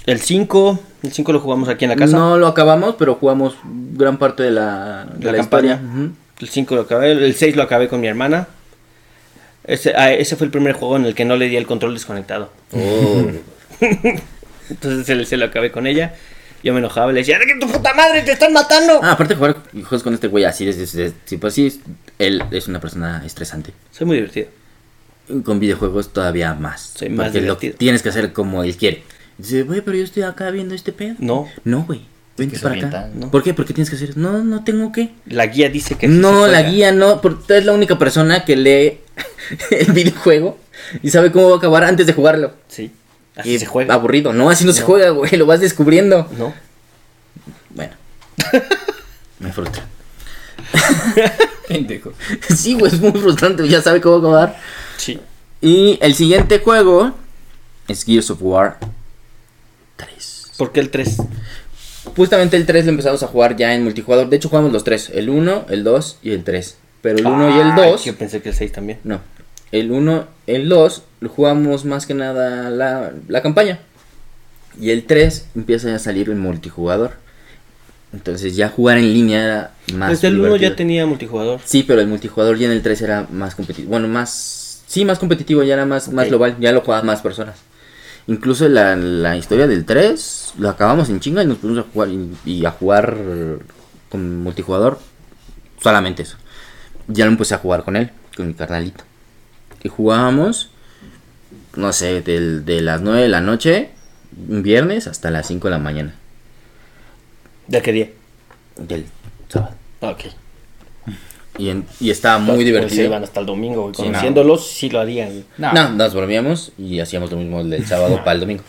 Speaker 3: El 5. El 5 lo jugamos aquí en la casa.
Speaker 4: No lo acabamos, pero jugamos gran parte de la, de
Speaker 3: La
Speaker 4: la
Speaker 3: campaña.
Speaker 4: historia. Ujú.
Speaker 3: El 5 lo acabé. El 6 lo acabé con mi hermana. Ese, ah, ese fue el primer juego en el que no le di el control desconectado.
Speaker 4: Oh.
Speaker 3: Entonces se, se lo acabé con ella. Yo me enojaba y le decía, ¡Que tu puta madre! ¡Te están matando!
Speaker 4: Ah, aparte jugar juegos con este güey así, es, es- es- sí, pues sí, es- él es una persona estresante.
Speaker 3: Soy muy divertido.
Speaker 4: Con videojuegos todavía más.
Speaker 3: Soy más
Speaker 4: porque lo
Speaker 3: divertido.
Speaker 4: tienes que hacer como él quiere. Dice, güey, pero yo estoy acá viendo este pedo.
Speaker 3: No.
Speaker 4: No, güey. Vente
Speaker 1: se
Speaker 4: para acá.
Speaker 1: orientan, ¿no?
Speaker 4: ¿Por qué? Porque tienes que hacer. No, no tengo que.
Speaker 3: La guía dice que así se
Speaker 4: No,
Speaker 3: juega.
Speaker 4: la guía no, porque es la única persona que lee el videojuego y sabe cómo va a acabar antes de jugarlo.
Speaker 3: Sí.
Speaker 4: Y
Speaker 3: Así se juega.
Speaker 4: Aburrido, no, así no, se juega, güey, lo vas descubriendo.
Speaker 3: No.
Speaker 4: Bueno. Me frustra.
Speaker 2: Pendejo.
Speaker 4: Sí, güey, es muy frustrante, ya sabe cómo acabar.
Speaker 3: Sí.
Speaker 4: Y el siguiente juego es Gears of War 3.
Speaker 3: ¿Por qué el 3?
Speaker 4: Justamente el 3 lo empezamos a jugar ya en multijugador. De hecho, jugamos los tres, el 1, el 2 y el 3. Pero el 1 y el 2
Speaker 3: Yo pensé que el 6 también.
Speaker 4: No. El 1, el 2 lo jugamos más que nada la, la campaña. Y el 3 empieza ya a salir el multijugador. Entonces ya jugar en línea era más
Speaker 3: Desde el 1 ya
Speaker 4: divertido.
Speaker 3: tenía multijugador.
Speaker 4: Sí, pero el multijugador ya en el 3 era más competitivo. Bueno, más... Sí, más competitivo, ya era más, más
Speaker 3: Ok.
Speaker 4: global. Ya lo jugaban más personas. Incluso la, la historia del 3 lo acabamos en chinga y nos pusimos a jugar y, y a jugar con multijugador. Solamente eso. Ya lo empecé a jugar con él, con mi carnalito. Y jugábamos, no sé, del- de las 9 de la noche, un viernes, hasta las 5 de la mañana
Speaker 3: ¿De qué día?
Speaker 4: del sábado.
Speaker 3: Ok.
Speaker 4: Y, en- y estaba muy
Speaker 3: Pues se
Speaker 4: divertido.
Speaker 3: iban hasta el domingo, güey.
Speaker 4: Sí, no.
Speaker 3: Conociéndolos, sí lo harían. güey.
Speaker 2: No.
Speaker 4: No, nos volvíamos y hacíamos lo mismo el del sábado para el domingo.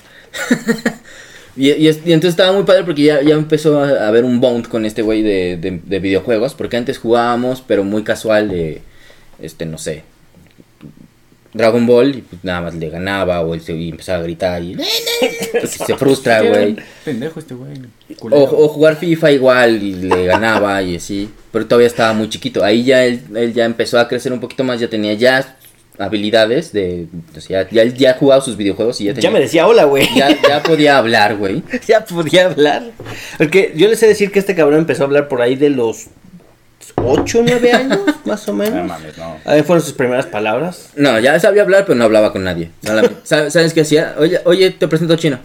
Speaker 4: y, y es- y entonces estaba muy padre porque ya, ya empezó a a haber un bond con este güey de, de- de videojuegos, porque antes jugábamos, pero muy casual de, este, no sé, Dragon Ball, y pues nada más le ganaba o él se, y empezaba a gritar y... Entonces se frustra, güey.
Speaker 2: Pendejo este güey.
Speaker 4: O,
Speaker 2: culero.
Speaker 4: o jugar FIFA igual y le ganaba y así. Pero todavía estaba muy chiquito. Ahí ya él, él ya empezó a crecer un poquito más. Ya tenía ya habilidades de... O sea, ya, él ya jugaba sus videojuegos y ya tenía...
Speaker 3: Ya me decía hola, güey.
Speaker 4: ya, ya podía hablar, güey.
Speaker 3: ya podía hablar. Porque yo les sé decir que este cabrón empezó a hablar por ahí de los 8 o 9 años, más o
Speaker 1: No
Speaker 3: menos.
Speaker 1: mames, no.
Speaker 3: Ahí fueron sus primeras palabras.
Speaker 4: No, ya sabía hablar, pero no hablaba con nadie. Solamente- ¿Sabes sabes qué hacía? Oye, oye, te presento a China.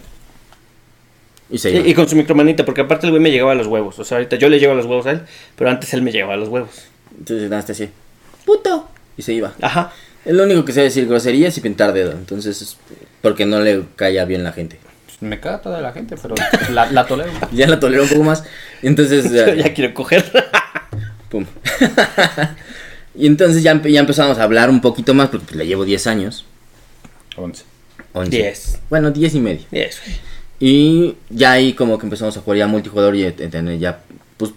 Speaker 4: Y se iba.
Speaker 3: Y, y con su micromanita, porque aparte el güey me llegaba a los huevos. O sea, ahorita yo le llego a los huevos a él, pero antes él me llegaba a los huevos.
Speaker 4: Entonces nada, hasta así. ¡Puto! Y se iba.
Speaker 3: Ajá.
Speaker 4: Es lo único que sabe decir groserías y pintar dedo. Entonces, es porque no le caía bien la gente.
Speaker 2: Me caga toda la gente, pero la, la tolero.
Speaker 4: Ya la toleró un poco más. Entonces...
Speaker 3: Yo ya quiero coger.
Speaker 4: Pum. y entonces ya, empe- ya empezamos a hablar un poquito más, porque pues, le llevo 10 años.
Speaker 1: 11.
Speaker 4: 11.
Speaker 3: 10.
Speaker 4: Bueno, 10 y medio.
Speaker 3: Y eso, güey.
Speaker 4: Y ya ahí como que empezamos a jugar ya multijugador y a tener ya, pues,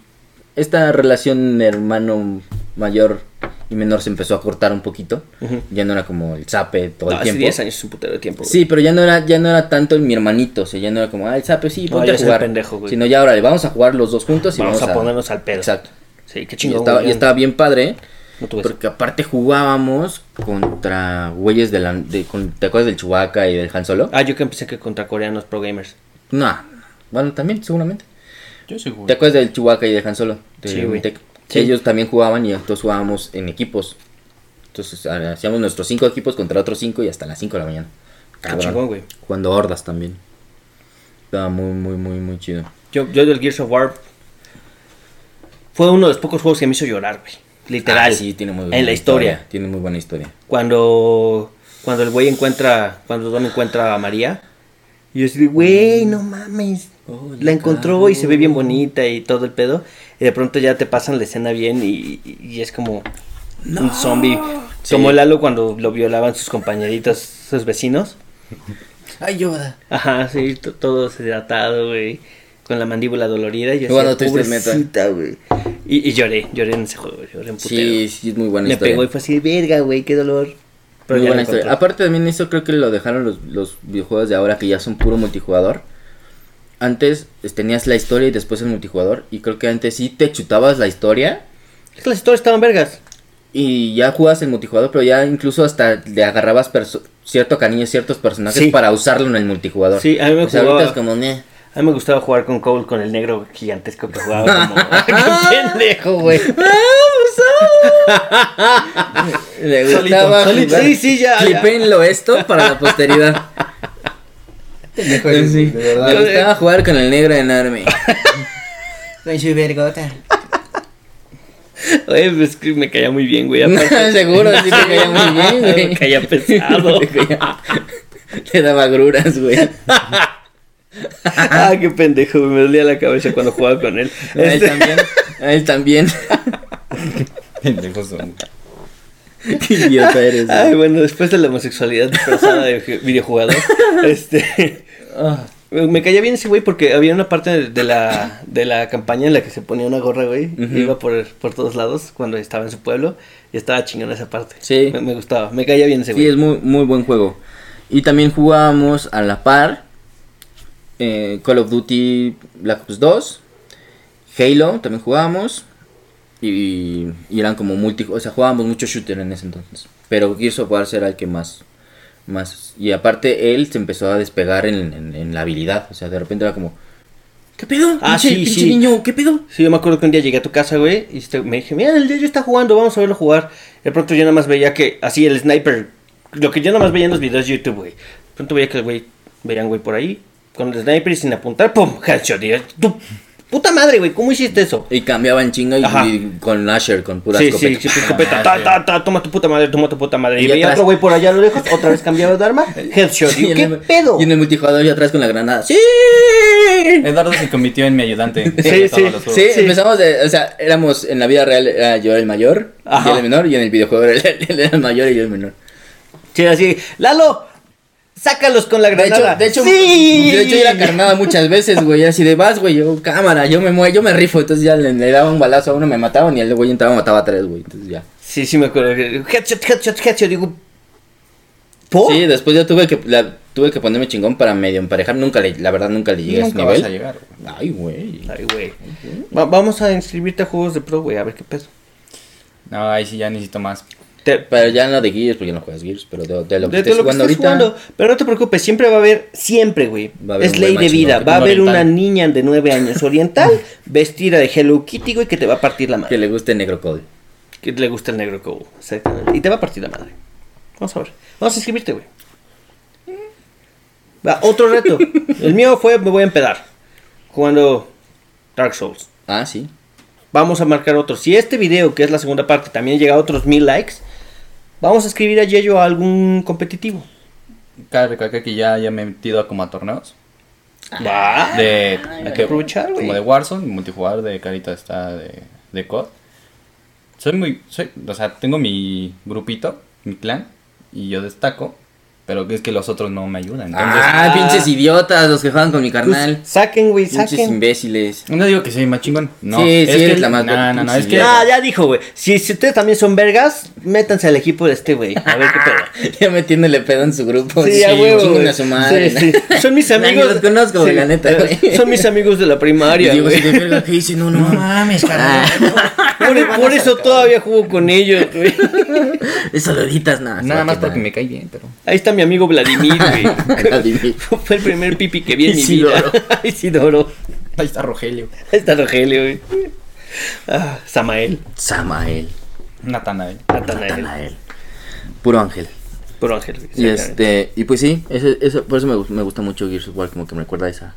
Speaker 4: esta relación hermano mayor y menor se empezó a cortar un poquito.
Speaker 3: Ujú.
Speaker 4: Ya no era como el zape todo
Speaker 3: No,
Speaker 4: el
Speaker 3: hace
Speaker 4: tiempo.
Speaker 3: 10 años es un putero de tiempo. güey.
Speaker 4: Sí, pero ya no era, ya no era tanto mi hermanito, o sea, ya no era como, ah, el zape sí,
Speaker 3: No,
Speaker 4: ponte
Speaker 3: ya
Speaker 4: a
Speaker 3: soy
Speaker 4: jugar.
Speaker 3: pendejo, güey.
Speaker 4: Sino ya ahora le vamos a jugar los dos juntos y
Speaker 3: Vamos,
Speaker 4: vamos,
Speaker 3: a, ponernos al pedo.
Speaker 4: Exacto.
Speaker 3: Sí, qué
Speaker 4: Y
Speaker 3: chingón.
Speaker 4: estaba,
Speaker 3: güey.
Speaker 4: y estaba bien padre.
Speaker 3: No tuve eso.
Speaker 4: Porque aparte jugábamos contra güeyes de la... de- con- ¿Te acuerdas del Chewbacca y del Han Solo?
Speaker 3: Ah, yo que empecé que contra coreanos pro gamers.
Speaker 4: No. Bueno, también, seguramente.
Speaker 2: Yo soy güey.
Speaker 4: ¿Te acuerdas del Chewbacca y del Han Solo? De
Speaker 3: Sí, güey.
Speaker 4: Mintec?
Speaker 3: Sí.
Speaker 4: Ellos también jugaban y nosotros jugábamos en equipos. Entonces ha- hacíamos nuestros cinco equipos contra otros cinco y hasta las 5 de la mañana.
Speaker 3: Qué Ah, chingón, güey.
Speaker 4: Jugando hordas también. Estaba muy, muy, muy, muy chido.
Speaker 3: Yo, yo del Gears of War fue uno de los pocos juegos que me hizo llorar, güey. Literal.
Speaker 4: Ah, sí, tiene muy buena
Speaker 3: En la historia.
Speaker 4: Tiene muy buena historia.
Speaker 3: Cuando cuando el güey encuentra, cuando Don encuentra a María Y yo así de,
Speaker 4: Mm.
Speaker 3: güey, no mames. la encontró y se ve bien bonita y todo el pedo. Y de pronto ya te pasan la escena bien y, y- y es como un zombie. Como Lalo cuando lo violaban sus compañeritos, sus vecinos.
Speaker 1: Ay, Yoda.
Speaker 3: Ajá, sí, to- todo deshidratado, güey. Con la mandíbula dolorida. Y así,
Speaker 4: Bueno, Twisted Metal.
Speaker 3: pobrecita, güey. Y, y lloré, lloré en ese juego, lloré en putero.
Speaker 4: Sí, sí, es muy buena
Speaker 3: Me
Speaker 4: historia.
Speaker 3: pegó y fue así, verga, güey, qué dolor. Pero
Speaker 4: Muy
Speaker 3: ya la
Speaker 4: buena historia.
Speaker 3: encontré.
Speaker 4: Aparte también eso creo que lo dejaron los, los videojuegos de ahora que ya son puro multijugador. Antes pues, tenías la historia y después el multijugador. Y creo que antes sí te chutabas la historia
Speaker 3: Es que las historias estaban vergas.
Speaker 4: y ya jugabas el multijugador, pero ya incluso hasta le agarrabas perso- cierto cariño a ciertos personajes
Speaker 3: Sí.
Speaker 4: para usarlo en el multijugador.
Speaker 3: Sí, a mí me
Speaker 4: O sea, ahorita
Speaker 3: jugaba-
Speaker 4: es como, "Neh".
Speaker 3: A mí me gustaba jugar con Cole, con el negro gigantesco que jugaba como... ¡Qué pendejo, güey!
Speaker 4: Le
Speaker 3: Solito,
Speaker 4: gustaba
Speaker 3: solito.
Speaker 4: jugar.
Speaker 3: Sí, sí, ya, ya.
Speaker 4: Clipéenlo esto para la posteridad.
Speaker 2: Pendejo eres,
Speaker 4: Sí.
Speaker 2: de verdad.
Speaker 4: Le gustaba jugar con el negro enorme.
Speaker 2: Con su vergota.
Speaker 3: Oye, pues que me caía muy bien, güey. Aparte,
Speaker 4: Seguro, sí te caía muy bien, güey.
Speaker 3: me caía pesado.
Speaker 4: Te caía- Te daba gruras, güey.
Speaker 3: ah, qué pendejo, güey. Me dolía la cabeza cuando jugaba con él.
Speaker 4: A él
Speaker 3: Este-
Speaker 4: también. A él también.
Speaker 2: Pendejos son.
Speaker 4: Qué idiota eres, güey.
Speaker 3: Ay, bueno, después de la homosexualidad disfrazada de ju- videojugador, este... ah, Me caía bien ese güey porque había una parte de- de la, de la campaña en la que se ponía una gorra, güey.
Speaker 4: Ujú.
Speaker 3: y Iba por, por todos lados cuando estaba en su pueblo y estaba chingona esa parte.
Speaker 4: Sí.
Speaker 3: Me, me gustaba, me caía bien ese güey.
Speaker 4: Sí, es muy, muy buen juego. Y también jugábamos a la par eh, Call of Duty Black Ops 2, Halo también jugábamos. Y, y eran como multi. O sea, jugábamos mucho shooter en ese entonces. Pero Gears of War era el que más. más y aparte, él se empezó a despegar en, en- en la habilidad. O sea, de repente era como. ¿Qué pedo?
Speaker 3: Ah,
Speaker 4: pinche,
Speaker 3: sí,
Speaker 4: pinche
Speaker 3: sí.
Speaker 4: niño, ¿qué pedo?
Speaker 3: Sí, yo me acuerdo que un día llegué a tu casa, güey, y este, me dije, mira, el día está jugando, vamos a verlo jugar. De pronto yo nada más veía que, así, el sniper, lo que yo nada más veía en los videos de YouTube, güey. De pronto veía que el güey, veían, güey, por ahí, con el sniper y sin apuntar, pum, headshot. Y yo, tu puta madre, güey, ¿cómo hiciste eso?
Speaker 4: Y cambiaban chinga y,
Speaker 3: Ajá.
Speaker 4: y con Asher, con pura
Speaker 3: Sí, sí,
Speaker 4: escopeta.
Speaker 3: sí, escopeta, ta, ta, ta, toma tu puta madre, toma tu puta madre. Y,
Speaker 4: Y
Speaker 3: veía
Speaker 4: atrás-
Speaker 3: otro güey por allá a lo lejos, otra vez cambiaba de arma, headshot.
Speaker 4: Sí,
Speaker 3: Y yo,
Speaker 4: en
Speaker 3: ¿qué
Speaker 4: el-
Speaker 3: pedo?
Speaker 4: Y en el multijugador y atrás con la granada. ¡Sí!
Speaker 2: Eduardo se convirtió en mi ayudante.
Speaker 3: Sí,
Speaker 2: en todos
Speaker 3: sí,
Speaker 2: los juegos.
Speaker 4: Sí,
Speaker 3: Sí.
Speaker 4: empezamos, de- o sea, éramos en la vida real, era yo el mayor,
Speaker 3: Ajá.
Speaker 4: y él el menor, y en el videojuego era él, él era el mayor y yo el menor.
Speaker 3: Sí, así, Lalo, sácalos con la
Speaker 4: De hecho,
Speaker 3: granada.
Speaker 4: de hecho,
Speaker 3: sí.
Speaker 4: de hecho yo era carnada muchas veces, güey, así de vas, güey, yo cámara, yo me muevo, yo me rifo, entonces ya le, le daba un balazo a uno, me mataban y el güey entraba, mataba a tres, güey, entonces ya.
Speaker 3: Sí, sí me acuerdo. que- Headshot, headshot, headshot. Digo, ¿por?
Speaker 4: Sí, después yo tuve que, la- tuve que ponerme chingón para medio emparejar, nunca le, la verdad nunca le llegué a
Speaker 2: Nunca
Speaker 4: ese nivel.
Speaker 2: vas a llegar. güey.
Speaker 4: Ay, güey.
Speaker 3: Ay, güey. Va- vamos a inscribirte a juegos de pro, güey, a ver qué pedo.
Speaker 2: No, ahí sí ya necesito más.
Speaker 3: Te-
Speaker 4: Pero ya no de Gears, porque ya no juegas Gears, pero de, de lo que
Speaker 3: de, de
Speaker 4: estés
Speaker 3: lo que
Speaker 4: jugando
Speaker 3: estás
Speaker 4: ahorita.
Speaker 3: jugando, pero no te preocupes, siempre va a haber, siempre, güey.
Speaker 4: Va a haber
Speaker 3: Es
Speaker 4: un
Speaker 3: ley
Speaker 4: güey
Speaker 3: de vida.
Speaker 4: machino,
Speaker 3: Va a
Speaker 4: un
Speaker 3: haber una
Speaker 4: oriental.
Speaker 3: niña de nueve años oriental vestida de Hello Kitty, güey, que te va a partir la
Speaker 4: Que
Speaker 3: madre.
Speaker 4: le guste Negro Code.
Speaker 3: Que le gusta el negro cow. Exactamente. Y te va a partir la madre. Vamos a ver. Vamos a inscribirte, güey. Va, otro reto. el mío fue, me voy a empedar. Jugando Dark Souls.
Speaker 4: Ah, sí.
Speaker 3: Vamos a marcar otro. Si este video, que es la segunda parte, también llega a otros mil likes, vamos a escribir a Yello a algún competitivo.
Speaker 2: Cabe recalcar que ya, ya me he metido a como a torneos.
Speaker 3: Va.
Speaker 2: De,
Speaker 3: hay que aprovechar, güey.
Speaker 2: Como de Warzone, multijugador de Carita está de, de COD. Soy muy. Soy, o sea, tengo mi grupito, mi clan, y yo destaco, pero es que los otros no me ayudan. Entonces,
Speaker 4: ah, pinches idiotas, los que juegan con mi carnal.
Speaker 3: Saquen, güey,
Speaker 4: pinches
Speaker 3: pues, saquen.
Speaker 4: imbéciles.
Speaker 2: no digo que soy más chingón. No,
Speaker 4: Sí,
Speaker 2: es
Speaker 4: sí,
Speaker 2: que
Speaker 4: eres la más
Speaker 2: No, no, no, es que.
Speaker 3: Ah, ya dijo, güey. Si, si ustedes también son vergas, métanse al equipo de este, güey. A ver qué pedo.
Speaker 4: ya metiéndole pedo en su grupo.
Speaker 3: Sí, a huevo,
Speaker 4: chingan
Speaker 3: güey.
Speaker 4: a su madre.
Speaker 3: Sí, sí. Son mis
Speaker 4: Nah, ni
Speaker 3: amigos.
Speaker 4: los conozco, güey,
Speaker 3: Sí.
Speaker 4: la neta, güey.
Speaker 3: Son mis amigos de la
Speaker 4: Y
Speaker 3: primaria,
Speaker 4: digo,
Speaker 3: güey.
Speaker 4: si de verga, ¿qué dice? No, ah, no, mames, carnal.
Speaker 3: Por, por eso todavía juego con ellos, güey.
Speaker 4: Es saluditas, nada.
Speaker 2: Nada más porque me cae bien, pero.
Speaker 3: Ahí está mi amigo Vladimir, güey.
Speaker 4: Vladimir.
Speaker 3: Fue el primer pipi que vi en mi vida.
Speaker 4: Isidoro.
Speaker 3: Isidoro.
Speaker 2: Ahí está Rogelio.
Speaker 3: Ahí está Rogelio, güey. Ah, Samael.
Speaker 4: Samael,
Speaker 2: Natanael.
Speaker 3: Natanael.
Speaker 4: Natanael. Puro ángel.
Speaker 3: Puro ángel, güey.
Speaker 4: Y
Speaker 3: exactamente.
Speaker 4: este, y pues sí, ese, ese- por eso me, gu- me gusta mucho Gears of War, como que me recuerda a esa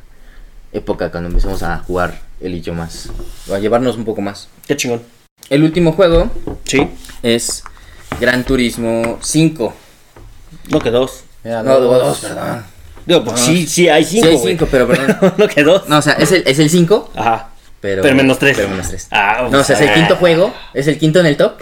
Speaker 4: época cuando empezamos a jugar él y yo más, o a llevarnos un poco más.
Speaker 3: Qué chingón.
Speaker 4: El último juego
Speaker 3: Sí.
Speaker 4: es Gran Turismo 5.
Speaker 3: No, que dos.
Speaker 4: No, dos, perdón.
Speaker 3: No, pues sí, sí hay cinco.
Speaker 4: Ah, Sí hay
Speaker 3: güey.
Speaker 4: cinco, pero perdón.
Speaker 3: no quedó.
Speaker 4: No, o sea, es el 5, es el cinco,
Speaker 3: Ajá.
Speaker 4: pero,
Speaker 3: Pero menos tres.
Speaker 4: Pero menos tres.
Speaker 3: Ah, pues,
Speaker 4: no, o sea, es el
Speaker 3: ah.
Speaker 4: quinto juego, es el quinto en el top,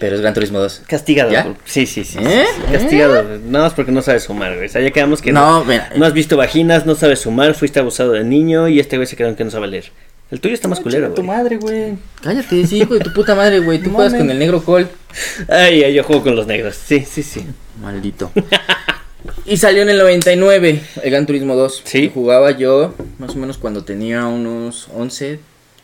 Speaker 4: pero es Gran Turismo 2.
Speaker 3: Castigado.
Speaker 4: ¿Ya?
Speaker 3: güey. Sí, sí, sí.
Speaker 4: ¿Eh?
Speaker 3: sí, Castigado. güey. Nada más porque no sabes sumar, güey. O sea, ya quedamos que
Speaker 4: No, mira.
Speaker 3: no has visto vaginas, no sabes sumar, fuiste abusado de niño y este güey se quedó en que no sabe leer. El tuyo está más culero,
Speaker 2: Tu
Speaker 3: güey.
Speaker 2: madre, güey.
Speaker 4: Cállate, sí, hijo de tu puta madre, güey. Tú juegas con el negro Colt.
Speaker 3: Ay, ay, yo juego con los negros. Sí, sí, sí.
Speaker 4: Maldito. y salió en el 99, el Gran Turismo 2.
Speaker 3: Sí.
Speaker 4: Lo Jugaba yo más o menos cuando tenía unos 11,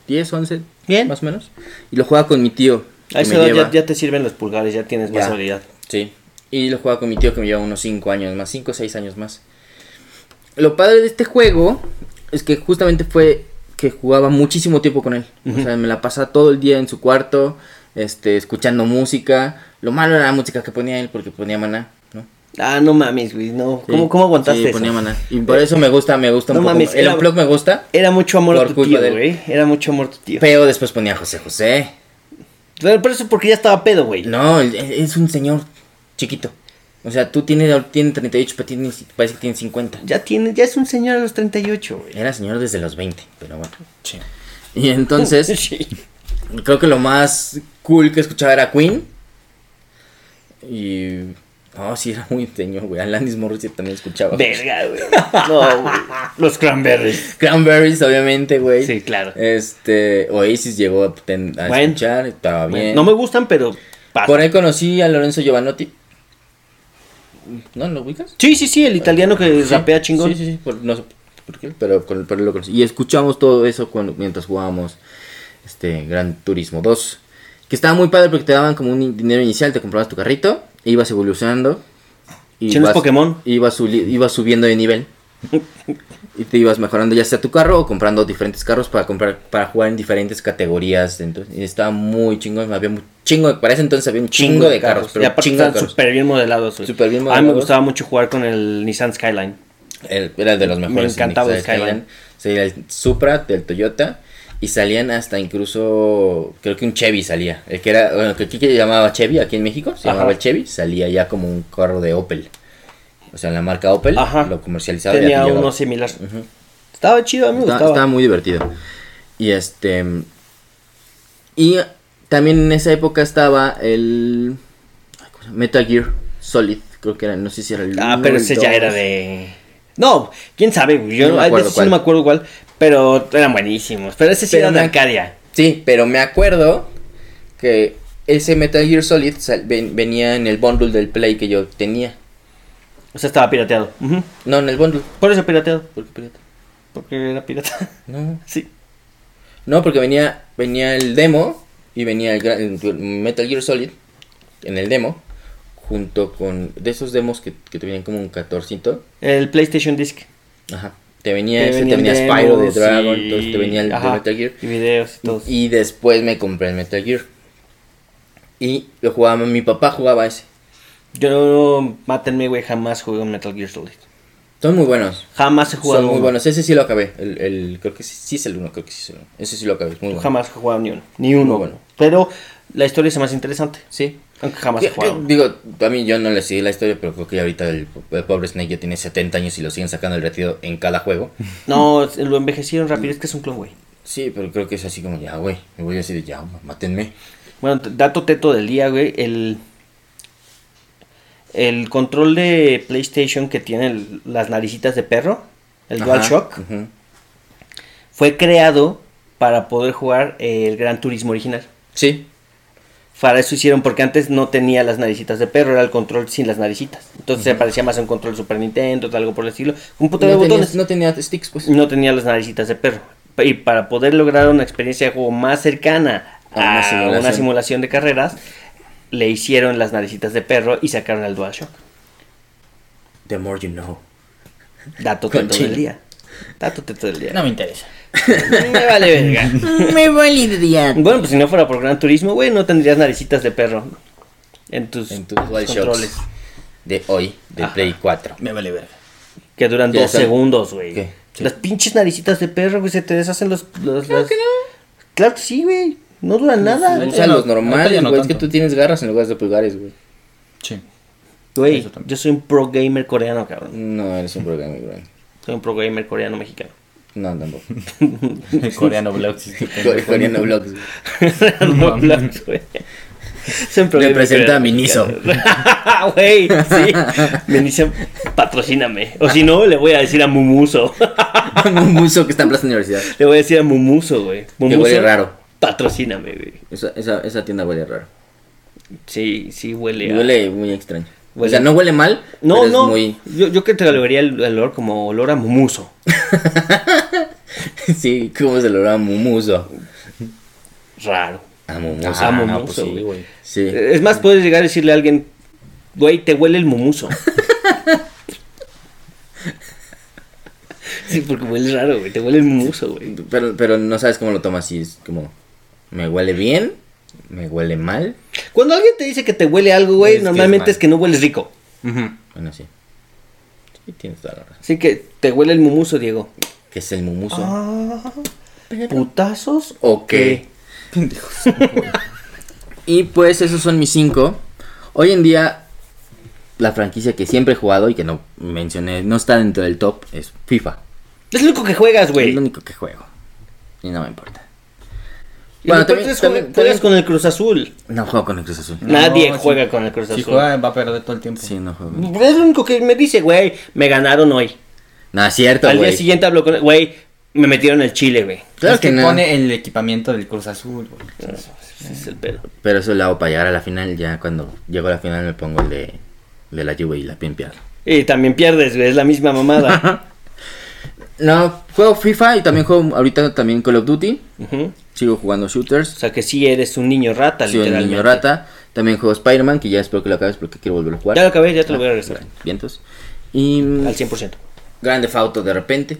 Speaker 4: 10, 11.
Speaker 3: Bien.
Speaker 4: Más o menos. Y lo jugaba con mi tío. que
Speaker 3: A esa
Speaker 4: me
Speaker 3: edad
Speaker 4: lleva-
Speaker 3: ya, ya te sirven los pulgares, ya tienes más
Speaker 4: Ya.
Speaker 3: habilidad.
Speaker 4: Sí. Y lo jugaba con mi tío que me lleva unos 5 años más, 5 o 6 años más. Lo padre de este juego es que justamente fue que jugaba muchísimo tiempo con él. O sea, me la pasaba todo el día en su cuarto, este, escuchando música. Lo malo era la música que ponía él porque ponía maná, ¿no?
Speaker 3: Ah, no mames, güey, no.
Speaker 4: Sí.
Speaker 3: ¿Cómo, cómo aguantaste
Speaker 4: Sí,
Speaker 3: eso?
Speaker 4: ponía maná. Y por eso me gusta, me gusta
Speaker 3: No
Speaker 4: un poco.
Speaker 3: mames,
Speaker 4: el
Speaker 3: era-
Speaker 4: unplug me gusta,
Speaker 3: Era mucho amor
Speaker 4: Por
Speaker 3: a tu
Speaker 4: culpa
Speaker 3: tío,
Speaker 4: de él.
Speaker 3: güey. Era mucho amor a tu tío.
Speaker 4: pero después ponía José José.
Speaker 3: Pero, pero eso porque ya estaba pedo, güey.
Speaker 4: No, el- el- es un señor chiquito. O sea, tú tienes, tienes 38, pero tienes- parece que tienes 50.
Speaker 3: Ya tiene, ya es un señor a los 38, güey.
Speaker 4: Era señor desde los 20, pero bueno. Y entonces,
Speaker 3: Sí.
Speaker 4: creo que lo más cool que escuchaba era Queen. Y. No, sí, era muy señor, güey. Alanis Morissette también escuchaba.
Speaker 3: Verga, güey. No, güey. Los cranberries.
Speaker 4: Cranberries, obviamente, güey.
Speaker 3: Sí, claro.
Speaker 4: Este, Oasis llegó a, ten- a
Speaker 3: Bueno.
Speaker 4: escuchar, estaba bien.
Speaker 3: No me gustan, pero pasa.
Speaker 4: Por ahí conocí a Lorenzo Giovanotti. ¿No lo ubicas?
Speaker 3: Sí, sí, sí, el italiano que rapea chingón.
Speaker 4: Sí, sí, sí, por- no sé por qué, pero, con- pero lo conocí. Y escuchamos todo eso cuando, mientras jugábamos este Gran Turismo 2. Que estaba muy padre porque te daban como un dinero inicial, te comprabas tu carrito, e ibas evolucionando. Y
Speaker 3: Si no es Pokémon.
Speaker 4: Ibas, suli- ibas subiendo de nivel. y te ibas mejorando ya sea tu carro o comprando diferentes carros para comprar para jugar en diferentes categorías. Entonces, y estaba muy chingón, había un chingo, de- para ese entonces había un chingo, de, carros,
Speaker 3: y
Speaker 4: pero
Speaker 3: aparte
Speaker 4: chingo de
Speaker 3: están
Speaker 4: carros.
Speaker 3: súper bien modelados. güey.
Speaker 4: Súper bien
Speaker 3: A mí me
Speaker 4: modelados.
Speaker 3: gustaba mucho jugar con el Nissan Skyline.
Speaker 4: El- era de los mejores.
Speaker 3: encantaba
Speaker 4: Nissan
Speaker 3: Skyline.
Speaker 4: Salía el Supra del Toyota. Y salían hasta incluso, creo que un Chevy salía. El que era, bueno, que aquí que llamaba Chevy, aquí en México, se
Speaker 3: Ajá.
Speaker 4: llamaba el Chevy. Salía ya como un carro de Opel. O sea, la marca Opel
Speaker 3: Ajá.
Speaker 4: lo comercializaba. y
Speaker 3: Tenía
Speaker 4: aquí llegaba.
Speaker 3: uno similar. Estaba chido, a mí me
Speaker 4: Está-
Speaker 3: gustaba.
Speaker 4: estaba muy divertido. Y este. Y también en esa época estaba el. ay, ¿cómo se llama? Metal Gear Solid, creo que era, no sé si era el.
Speaker 3: Ah,
Speaker 4: uno,
Speaker 3: pero
Speaker 4: el
Speaker 3: ese ya
Speaker 4: dos.
Speaker 3: era de. No, quién sabe, güey, yo
Speaker 4: No me
Speaker 3: no,
Speaker 4: acuerdo
Speaker 3: ese sí no me
Speaker 4: cuál.
Speaker 3: acuerdo cuál, pero eran buenísimos. Pero ese sí
Speaker 4: Pero
Speaker 3: era de
Speaker 4: me-
Speaker 3: Arcadia.
Speaker 4: Sí, pero me acuerdo que ese Metal Gear Solid sal- ven- venía en el bundle del Play que yo tenía.
Speaker 3: O sea, estaba pirateado. Ujú.
Speaker 4: No, en el bundle.
Speaker 3: Por eso pirateado,
Speaker 4: ¿Por qué pirata?
Speaker 3: porque era pirata.
Speaker 4: No.
Speaker 3: sí.
Speaker 4: No, porque venía, venía el demo y venía el, gran- el Metal Gear Solid en el demo junto con de esos demos que, que te venían como un 14.
Speaker 3: El PlayStation Disc.
Speaker 4: Ajá. Te venía
Speaker 3: Que
Speaker 4: ese, te
Speaker 3: venían
Speaker 4: venía Spyro de
Speaker 3: demos
Speaker 4: Dragon,
Speaker 3: y-
Speaker 4: entonces te venía el de
Speaker 3: ajá,
Speaker 4: Metal Gear.
Speaker 3: Y videos y todo.
Speaker 4: Y después me compré el Metal Gear. Y lo jugaba, mi papá jugaba ese.
Speaker 3: Yo no, mátenme, güey, jamás jugué un Metal Gear Solid.
Speaker 4: Son muy buenos.
Speaker 3: Jamás he jugado
Speaker 4: Son muy
Speaker 3: uno.
Speaker 4: buenos. Ese sí lo acabé. El, el- creo que sí, sí es el uno, creo que sí es el uno. Ese sí lo acabé. es Muy bueno.
Speaker 3: Jamás he jugado ni uno. Ni uno,
Speaker 4: Muy
Speaker 3: bueno.
Speaker 4: bueno.
Speaker 3: Pero la historia es más interesante.
Speaker 4: Sí.
Speaker 3: Aunque jamás
Speaker 4: Que-
Speaker 3: he jugado.
Speaker 4: que- digo, a mí yo no le seguí la historia, pero creo que ya ahorita el, el pobre Snake ya tiene 70 años y lo siguen sacando el retiro en cada juego.
Speaker 3: No, se- lo envejecieron rápido. Es que es un clon, güey.
Speaker 4: Sí, pero creo que es así como, ya, güey, me voy a decir, ya, mátenme.
Speaker 3: Bueno, t- dato teto del día, güey. El, el control de PlayStation que tiene el- las naricitas de perro, el
Speaker 4: Ajá,
Speaker 3: DualShock,
Speaker 4: ujú.
Speaker 3: fue creado para poder jugar eh, el Gran Turismo original.
Speaker 4: Sí,
Speaker 3: Para eso hicieron, porque antes no tenía las naricitas de perro, era el control sin las naricitas. Entonces se parecía más a un control Super Nintendo, tal, algo por el estilo. Un
Speaker 4: no
Speaker 3: puto de
Speaker 4: tenía,
Speaker 3: botones.
Speaker 4: no tenía sticks, pues.
Speaker 3: No tenía las naricitas de perro. Y para poder lograr una experiencia de juego más cercana
Speaker 4: A Ah, una
Speaker 3: a una simulación,
Speaker 4: simulación.
Speaker 3: de carreras, le hicieron las naricitas de perro y sacaron el DualShock.
Speaker 4: The more you know.
Speaker 3: Dato
Speaker 4: Con
Speaker 3: teto del
Speaker 4: chile.
Speaker 3: día. Dato teto del día.
Speaker 2: No me interesa.
Speaker 3: pues, Me vale verga.
Speaker 4: Me validaría.
Speaker 3: Bueno, pues si no fuera por Gran Turismo, güey, no tendrías naricitas de perro en tus,
Speaker 4: En tus
Speaker 3: controles.
Speaker 4: DualShocks de hoy, de Play 4.
Speaker 2: Me vale verga.
Speaker 3: Que duran
Speaker 4: Ya
Speaker 3: dos
Speaker 4: saben.
Speaker 3: segundos, güey.
Speaker 4: ¿Qué? Sí.
Speaker 3: Las pinches naricitas de perro, güey, se te deshacen los... los claro que no. Claro que sí, güey. No duran
Speaker 2: no,
Speaker 4: Usa los
Speaker 3: nada.
Speaker 2: ahorita ya
Speaker 4: normales,
Speaker 2: no
Speaker 4: güey. es que
Speaker 2: tanto.
Speaker 4: tú tienes garras en lugar de pulgares, güey.
Speaker 2: Sí.
Speaker 3: Güey,
Speaker 2: Eso también.
Speaker 3: yo soy un pro gamer coreano, cabrón.
Speaker 4: No, eres un programa, güey.
Speaker 3: Soy un pro gamer coreano mexicano.
Speaker 4: No, tampoco.
Speaker 2: El coreano blog. sí, sí, tengo.
Speaker 4: Core- Coreano Vlogs. güey.
Speaker 3: No, blacks, güey. Soy un pro gamer
Speaker 4: Representa a
Speaker 3: coreano
Speaker 4: Miniso.
Speaker 3: mexicano. Güey, sí. Miniso, patrocíname. O si no, le voy a decir a Mumuso.
Speaker 4: Un muso que está en Plaza Universidad.
Speaker 3: Le voy a decir a Mumuso, güey. Mumuso.
Speaker 4: huele raro.
Speaker 3: Patrocíname, güey.
Speaker 4: Esa, esa, esa tienda huele raro.
Speaker 3: Sí, sí huele. a-
Speaker 4: Huele muy extraño. O
Speaker 3: Huele-
Speaker 4: sea, no huele mal.
Speaker 3: No,
Speaker 4: pero es
Speaker 3: no.
Speaker 4: muy-
Speaker 3: Yo, yo que te valoraría el, el olor como olor a Mumuso.
Speaker 4: Sí, ¿cómo se lo llama? Mumuso.
Speaker 3: Raro.
Speaker 4: A mumuso.
Speaker 3: Ah,
Speaker 2: Ah, no,
Speaker 3: mimoso,
Speaker 2: pues sí,
Speaker 3: güey.
Speaker 2: güey.
Speaker 4: Sí.
Speaker 3: Es más, puedes llegar a decirle a alguien, güey, te huele el mumuso. sí, porque huele raro, güey, te huele el mumuso, güey.
Speaker 4: Pero, pero no sabes cómo lo tomas. Si es como, ¿me huele bien? ¿Me huele mal?
Speaker 3: Cuando alguien te dice que te huele algo, güey,
Speaker 2: Es que es
Speaker 3: normalmente
Speaker 2: mal.
Speaker 3: es que no hueles rico.
Speaker 2: Ujú.
Speaker 4: Bueno, sí. Sí, tienes toda la razón.
Speaker 3: Así que te huele el mumuso, Diego.
Speaker 4: ¿Qué es el mumuso?
Speaker 3: Ah.
Speaker 2: Ah,
Speaker 3: ¿Putazos
Speaker 4: Ok. y pues esos son mis cinco. Hoy en día, la franquicia que siempre he jugado y que no mencioné, no está dentro del top, es FIFA.
Speaker 3: Es lo único que juegas,
Speaker 4: Es
Speaker 3: güey.
Speaker 4: lo único que juego. Y no me importa.
Speaker 3: Y
Speaker 4: Bueno,
Speaker 3: lo peor
Speaker 4: también-
Speaker 3: es que
Speaker 4: también-
Speaker 3: juegas
Speaker 4: también-
Speaker 3: con el Cruz Azul.
Speaker 4: No juego con el Cruz Azul.
Speaker 3: Nadie
Speaker 2: No, sí.
Speaker 3: juega con el Cruz
Speaker 2: Si
Speaker 3: Azul.
Speaker 2: juega, va a perder todo el tiempo.
Speaker 4: Sí, no juego.
Speaker 3: Es lo único que me dice, güey, me ganaron hoy.
Speaker 4: No, es cierto,
Speaker 3: Al día
Speaker 4: güey.
Speaker 3: siguiente hablo con güey, me metieron el chile, güey.
Speaker 4: Claro
Speaker 2: es que,
Speaker 4: que no.
Speaker 2: pone el equipamiento del Cruz Azul, güey.
Speaker 3: Ese Pues es el pedo.
Speaker 4: Pero eso lo hago para llegar a la final. Ya cuando llego a la final me pongo el de, de la lluvia y la pimpeada.
Speaker 3: Y también pierdes, güey, es la misma mamada.
Speaker 4: No, juego FIFA y también juego ahorita también Call of Duty.
Speaker 3: Ujú.
Speaker 4: Sigo jugando
Speaker 3: O
Speaker 4: shooters.
Speaker 3: sea que sí eres un niño rata,
Speaker 4: Sigo el
Speaker 3: literalmente.
Speaker 4: niño rata. También juego Spider-Man, que ya espero que lo acabes porque quiero volver a jugar.
Speaker 3: Ya lo acabé, ya te lo voy a regresar.
Speaker 4: Vientos. Y mm,
Speaker 3: Al 100%.
Speaker 4: Grande Fauto de repente.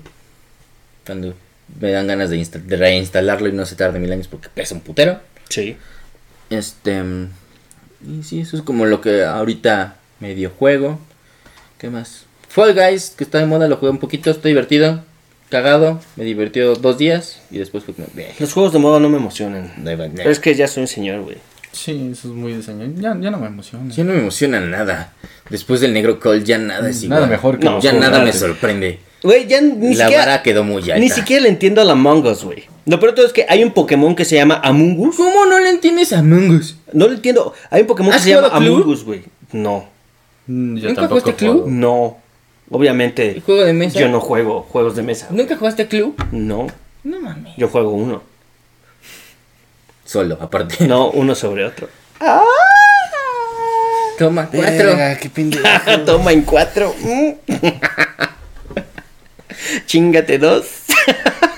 Speaker 4: Cuando me dan ganas de, insta- de reinstalarlo y no se tarde mil años porque pesa un putero.
Speaker 3: Sí.
Speaker 4: Este. mm, Y sí, eso es como lo que ahorita medio juego. ¿Qué más? Fall Guys, que está de moda, lo jugué un poquito, está divertido. Cagado, me divirtió dos días y después fue como. "Bleh".
Speaker 3: Los juegos de moda no me emocionan.
Speaker 4: Da igual, bleh.
Speaker 3: Pero es que ya soy un señor, güey.
Speaker 2: Sí, eso es muy diseñado. Ya, ya no me emociona.
Speaker 4: Ya no me emociona nada. Después del negro Cole ya nada es igual.
Speaker 2: Nada mejor que
Speaker 3: No,
Speaker 2: los
Speaker 4: Ya
Speaker 2: Cruz
Speaker 4: nada me
Speaker 2: Azul.
Speaker 4: sorprende.
Speaker 3: Güey, ya ni
Speaker 4: La
Speaker 3: siquiera.
Speaker 4: vara quedó muy alta.
Speaker 3: Ni siquiera le entiendo a la Among Us, güey. Lo peor de todo es que hay un Pokémon que se llama Among Us.
Speaker 4: ¿Cómo no le entiendes a Mungus?
Speaker 3: No lo entiendo. Hay un Pokémon que
Speaker 4: ¿Has
Speaker 3: se llama
Speaker 4: jugado Clue?
Speaker 3: Among Us, güey. No.
Speaker 2: Mm, Yo
Speaker 4: ¿Nunca
Speaker 2: tampoco
Speaker 4: jugaste
Speaker 2: juego.
Speaker 4: Clue?
Speaker 3: No. Obviamente.
Speaker 4: ¿El juego de mesa?
Speaker 3: Yo no juego juegos de mesa.
Speaker 4: ¿Nunca jugaste club?
Speaker 3: No.
Speaker 4: No mames.
Speaker 3: Yo juego uno.
Speaker 4: Solo, aparte.
Speaker 3: No, uno sobre otro.
Speaker 4: Toma, cuatro.
Speaker 1: Verga, qué pendejo.
Speaker 3: Toma en cuatro. Mm. Chingate dos.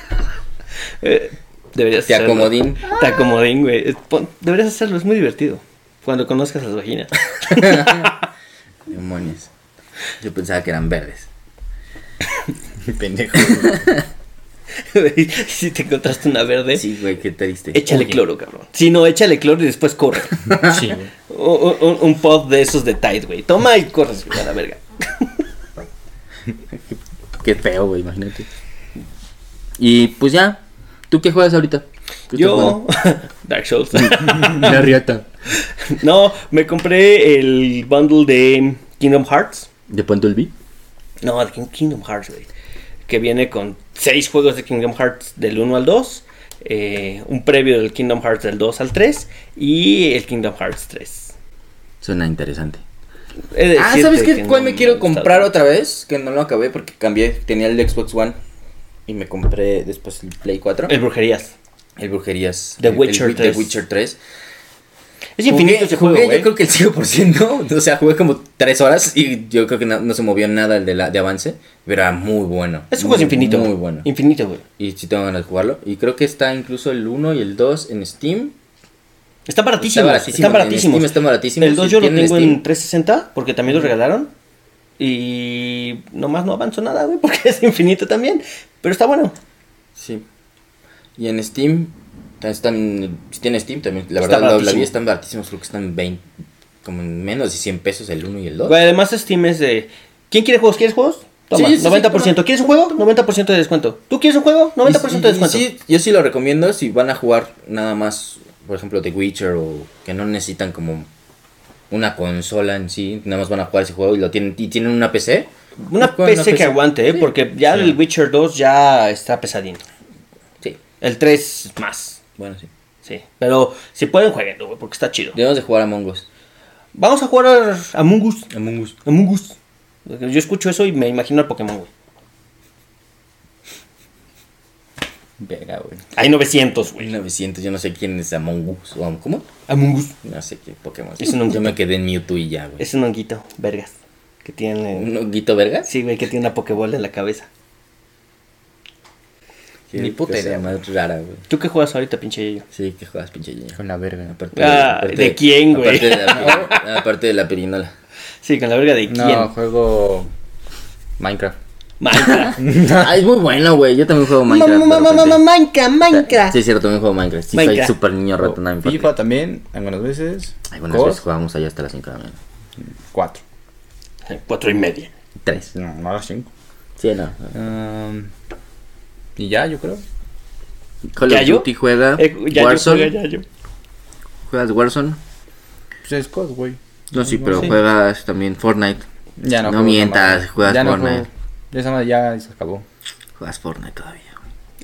Speaker 3: Eh, deberías
Speaker 4: Te
Speaker 3: hacerlo.
Speaker 4: acomodín.
Speaker 3: Te acomodín, güey. Eh, pon- Deberías hacerlo, es muy divertido. Cuando conozcas las vaginas.
Speaker 4: Demonios. Yo pensaba que eran verdes. Pendejo.
Speaker 3: Güey, si te encontraste una verde,
Speaker 4: Sí, güey, qué triste.
Speaker 3: échale cloro, cabrón. Si no, échale cloro y después corre.
Speaker 2: Sí, güey.
Speaker 3: un, un- un pod de esos de Tide, güey. Toma y corres, güey, a la verga.
Speaker 4: Qué feo, güey, imagínate. Y pues ya. ¿Tú qué juegas ahorita? ¿Qué
Speaker 3: Yo, Dark Souls.
Speaker 4: estás jugando? La riata.
Speaker 3: no, me compré el bundle de Kingdom Hearts.
Speaker 4: ¿De Pantleby?
Speaker 3: No, de King- Kingdom Hearts, güey. Que viene con seis juegos de Kingdom Hearts del 1 al 2. eh, un previo del Kingdom Hearts del 2 al 3. Y el Kingdom Hearts 3.
Speaker 4: Suena interesante.
Speaker 3: He de
Speaker 4: Ah,
Speaker 3: decirte
Speaker 4: ¿sabes qué?
Speaker 3: que
Speaker 4: ¿Cuál
Speaker 3: no
Speaker 4: me quiero
Speaker 3: ha gustado.
Speaker 4: comprar otra vez? Que no lo acabé porque cambié. Tenía el de Xbox One. Y me compré después el Play 4.
Speaker 3: El Brujerías.
Speaker 4: El Brujerías.
Speaker 3: The
Speaker 4: el- el
Speaker 3: Witcher
Speaker 4: Wi-
Speaker 3: 3.
Speaker 4: The Witcher 3.
Speaker 3: Es infinito
Speaker 4: Jugué-
Speaker 3: ese juego,
Speaker 4: jugué,
Speaker 3: güey.
Speaker 4: Yo creo que el 100%, o sea, jugué como 3 horas y yo creo que no, no se movió nada el de, la, de avance, pero era muy bueno.
Speaker 3: Ese juego es
Speaker 4: Muy,
Speaker 3: infinito.
Speaker 4: Muy bueno. Y,
Speaker 3: Infinito, güey.
Speaker 4: si tengo ganas de jugarlo. Y creo que está incluso el 1 y el 2 en Steam.
Speaker 3: Está baratísimo.
Speaker 4: Está baratísimo.
Speaker 3: Está baratísimo.
Speaker 4: En Steam está baratísimo.
Speaker 3: El 2
Speaker 4: Si
Speaker 3: yo lo
Speaker 4: tienen
Speaker 3: tengo en
Speaker 4: Steam.
Speaker 3: 360 porque también lo regalaron. Y nomás no avanzó nada, güey, porque es infinito también. Pero está bueno.
Speaker 4: Sí. Y en Steam, están, si tiene Steam también, la
Speaker 3: Está
Speaker 4: verdad la- la,
Speaker 3: baratísimo.
Speaker 4: vi están baratísimos, creo que están 20, como en menos de 100 pesos el 1 y el 2.
Speaker 3: Güey, además Steam es de... ¿quién quiere juegos? ¿Quieres juegos? Toma,
Speaker 4: Sí, sí, sí,
Speaker 3: 90%.
Speaker 4: toma.
Speaker 3: ¿Quieres un juego? 90% de descuento. ¿Tú quieres un juego? 90%
Speaker 4: Y-
Speaker 3: de
Speaker 4: y- y
Speaker 3: descuento.
Speaker 4: sí, yo sí lo recomiendo si van a jugar nada más, por ejemplo, The Witcher o que no necesitan como una consola en sí, nada más van a jugar ese juego y lo tienen y tienen una PC.
Speaker 3: Una
Speaker 4: Con una
Speaker 3: PC que
Speaker 4: PC.
Speaker 3: aguante, ¿eh?
Speaker 4: Sí.
Speaker 3: Porque ya el Witcher 2 ya está pesadín.
Speaker 4: Sí,
Speaker 3: El 3 más.
Speaker 4: bueno, sí.
Speaker 3: Sí. Pero si pueden, jueguen, güey, porque está chido.
Speaker 4: Debemos de jugar a Mongos.
Speaker 3: Vamos a jugar a Among Us.
Speaker 4: Among Us.
Speaker 3: Among Us. Yo escucho eso y me imagino al Pokémon, güey.
Speaker 2: Verga, güey.
Speaker 3: Hay 900, güey.
Speaker 4: 1900, yo no sé quién es Among Us. o Am- ¿Cómo?
Speaker 3: Among Us.
Speaker 4: No sé qué Pokémon.
Speaker 3: Es un
Speaker 4: yo me quedé en Mewtwo y ya, güey.
Speaker 3: Es un honguito, vergas. Que tiene.
Speaker 4: ¿Un honguito verga?
Speaker 3: Sí, güey, que tiene una Pokébola en la cabeza.
Speaker 2: Ni puta idea.
Speaker 4: más rara, güey.
Speaker 3: ¿Tú qué juegas ahorita, pinche yo?
Speaker 4: Sí, que juegas pinche niño.
Speaker 2: Con Mm, la verga.
Speaker 4: Aparte
Speaker 3: Ah, ¿de quién, güey?
Speaker 4: Aparte de, la, aparte de la pirinola.
Speaker 3: Sí, con la verga de quién.
Speaker 2: No, juego Minecraft.
Speaker 3: Minecraft.
Speaker 4: Ah, es muy bueno, güey. Yo también juego Minecraft. de repente.
Speaker 3: Minecraft,
Speaker 4: Sí, es cierto, también juego Minecraft. Sí,
Speaker 3: Minecraft. Oh,
Speaker 4: soy súper niño ratón a mi parte.
Speaker 2: FIFA también, algunas veces.
Speaker 4: Algunas
Speaker 2: COD,
Speaker 4: veces jugábamos allá hasta las 5 de la mañana.
Speaker 2: Cuatro.
Speaker 3: Cuatro y media.
Speaker 4: 3.
Speaker 2: No, no a las cinco.
Speaker 4: Sí, no.
Speaker 2: Um, y ya, yo creo.
Speaker 4: Call of
Speaker 3: ¿Yayo?
Speaker 4: Duty juega.
Speaker 3: Eh, ya
Speaker 4: Warzone.
Speaker 3: yo jugué, ya yo.
Speaker 4: Juegas Warzone.
Speaker 2: Pues es COD, güey.
Speaker 4: No, sí, pero
Speaker 3: Sí.
Speaker 4: juegas también Fortnite.
Speaker 2: Ya no
Speaker 4: No
Speaker 2: juego esa
Speaker 4: mientas,
Speaker 2: madre.
Speaker 4: juegas
Speaker 2: ya
Speaker 4: Fortnite.
Speaker 2: No juego. esa madre ya se acabó.
Speaker 4: Juegas Fortnite todavía.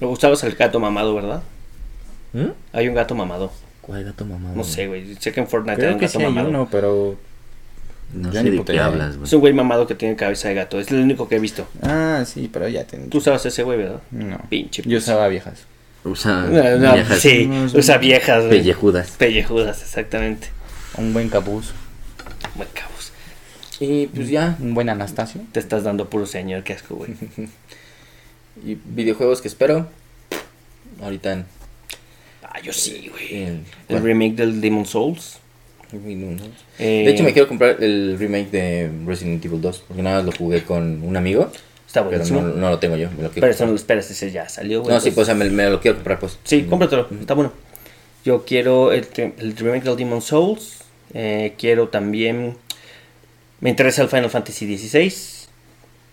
Speaker 3: Le gustabas al gato mamado, ¿verdad?
Speaker 4: ¿Mm?
Speaker 3: Hay un gato mamado.
Speaker 4: ¿Cuál gato mamá?
Speaker 3: No sé, güey. Sé que en Fortnite hay
Speaker 2: Creo
Speaker 3: un
Speaker 2: que
Speaker 3: gato
Speaker 2: sí hay
Speaker 3: Ah, mamado.
Speaker 2: uno, pero...
Speaker 4: No
Speaker 2: Ya
Speaker 4: sé
Speaker 2: ni
Speaker 4: de
Speaker 2: puta
Speaker 4: qué
Speaker 2: idea.
Speaker 4: hablas, güey.
Speaker 3: Es un güey mamado que tiene cabeza de gato. Es el único que he visto.
Speaker 2: Ah, sí, pero ya ten...
Speaker 3: Tú usabas ese güey, ¿verdad?
Speaker 2: No.
Speaker 3: Pinche.
Speaker 2: Yo usaba viejas.
Speaker 4: O sea,
Speaker 3: No, no,
Speaker 4: viejas
Speaker 3: sí, usa viejas, güey.
Speaker 4: pellejudas.
Speaker 3: Pellejudas, exactamente.
Speaker 2: Un buen capuz.
Speaker 3: Buen cabos.
Speaker 4: Y pues ya.
Speaker 2: Un buen Anastasio.
Speaker 3: Te estás dando puro señor, qué asco, güey.
Speaker 4: Y videojuegos que espero. Ahorita en.
Speaker 3: Ah, yo sí, güey.
Speaker 4: en-
Speaker 3: El remake del Demon Souls. Eh,
Speaker 4: De hecho, me quiero comprar el remake de Resident Evil 2. Porque nada más lo jugué con un amigo.
Speaker 3: Está
Speaker 4: Pero
Speaker 3: buenísimo.
Speaker 4: no,
Speaker 3: Pero,
Speaker 4: no lo tengo yo. Me lo quiero
Speaker 3: eso no
Speaker 4: comprar.
Speaker 3: lo esperas, ese ya salió, güey.
Speaker 4: No, sí,
Speaker 3: entonces-
Speaker 4: pues o sea, me, me lo quiero comprar, pues.
Speaker 3: Sí, cómpratelo, está bueno. Yo quiero el, te- el remake del Demon Souls. eh, quiero también. Me interesa el Final Fantasy XVI.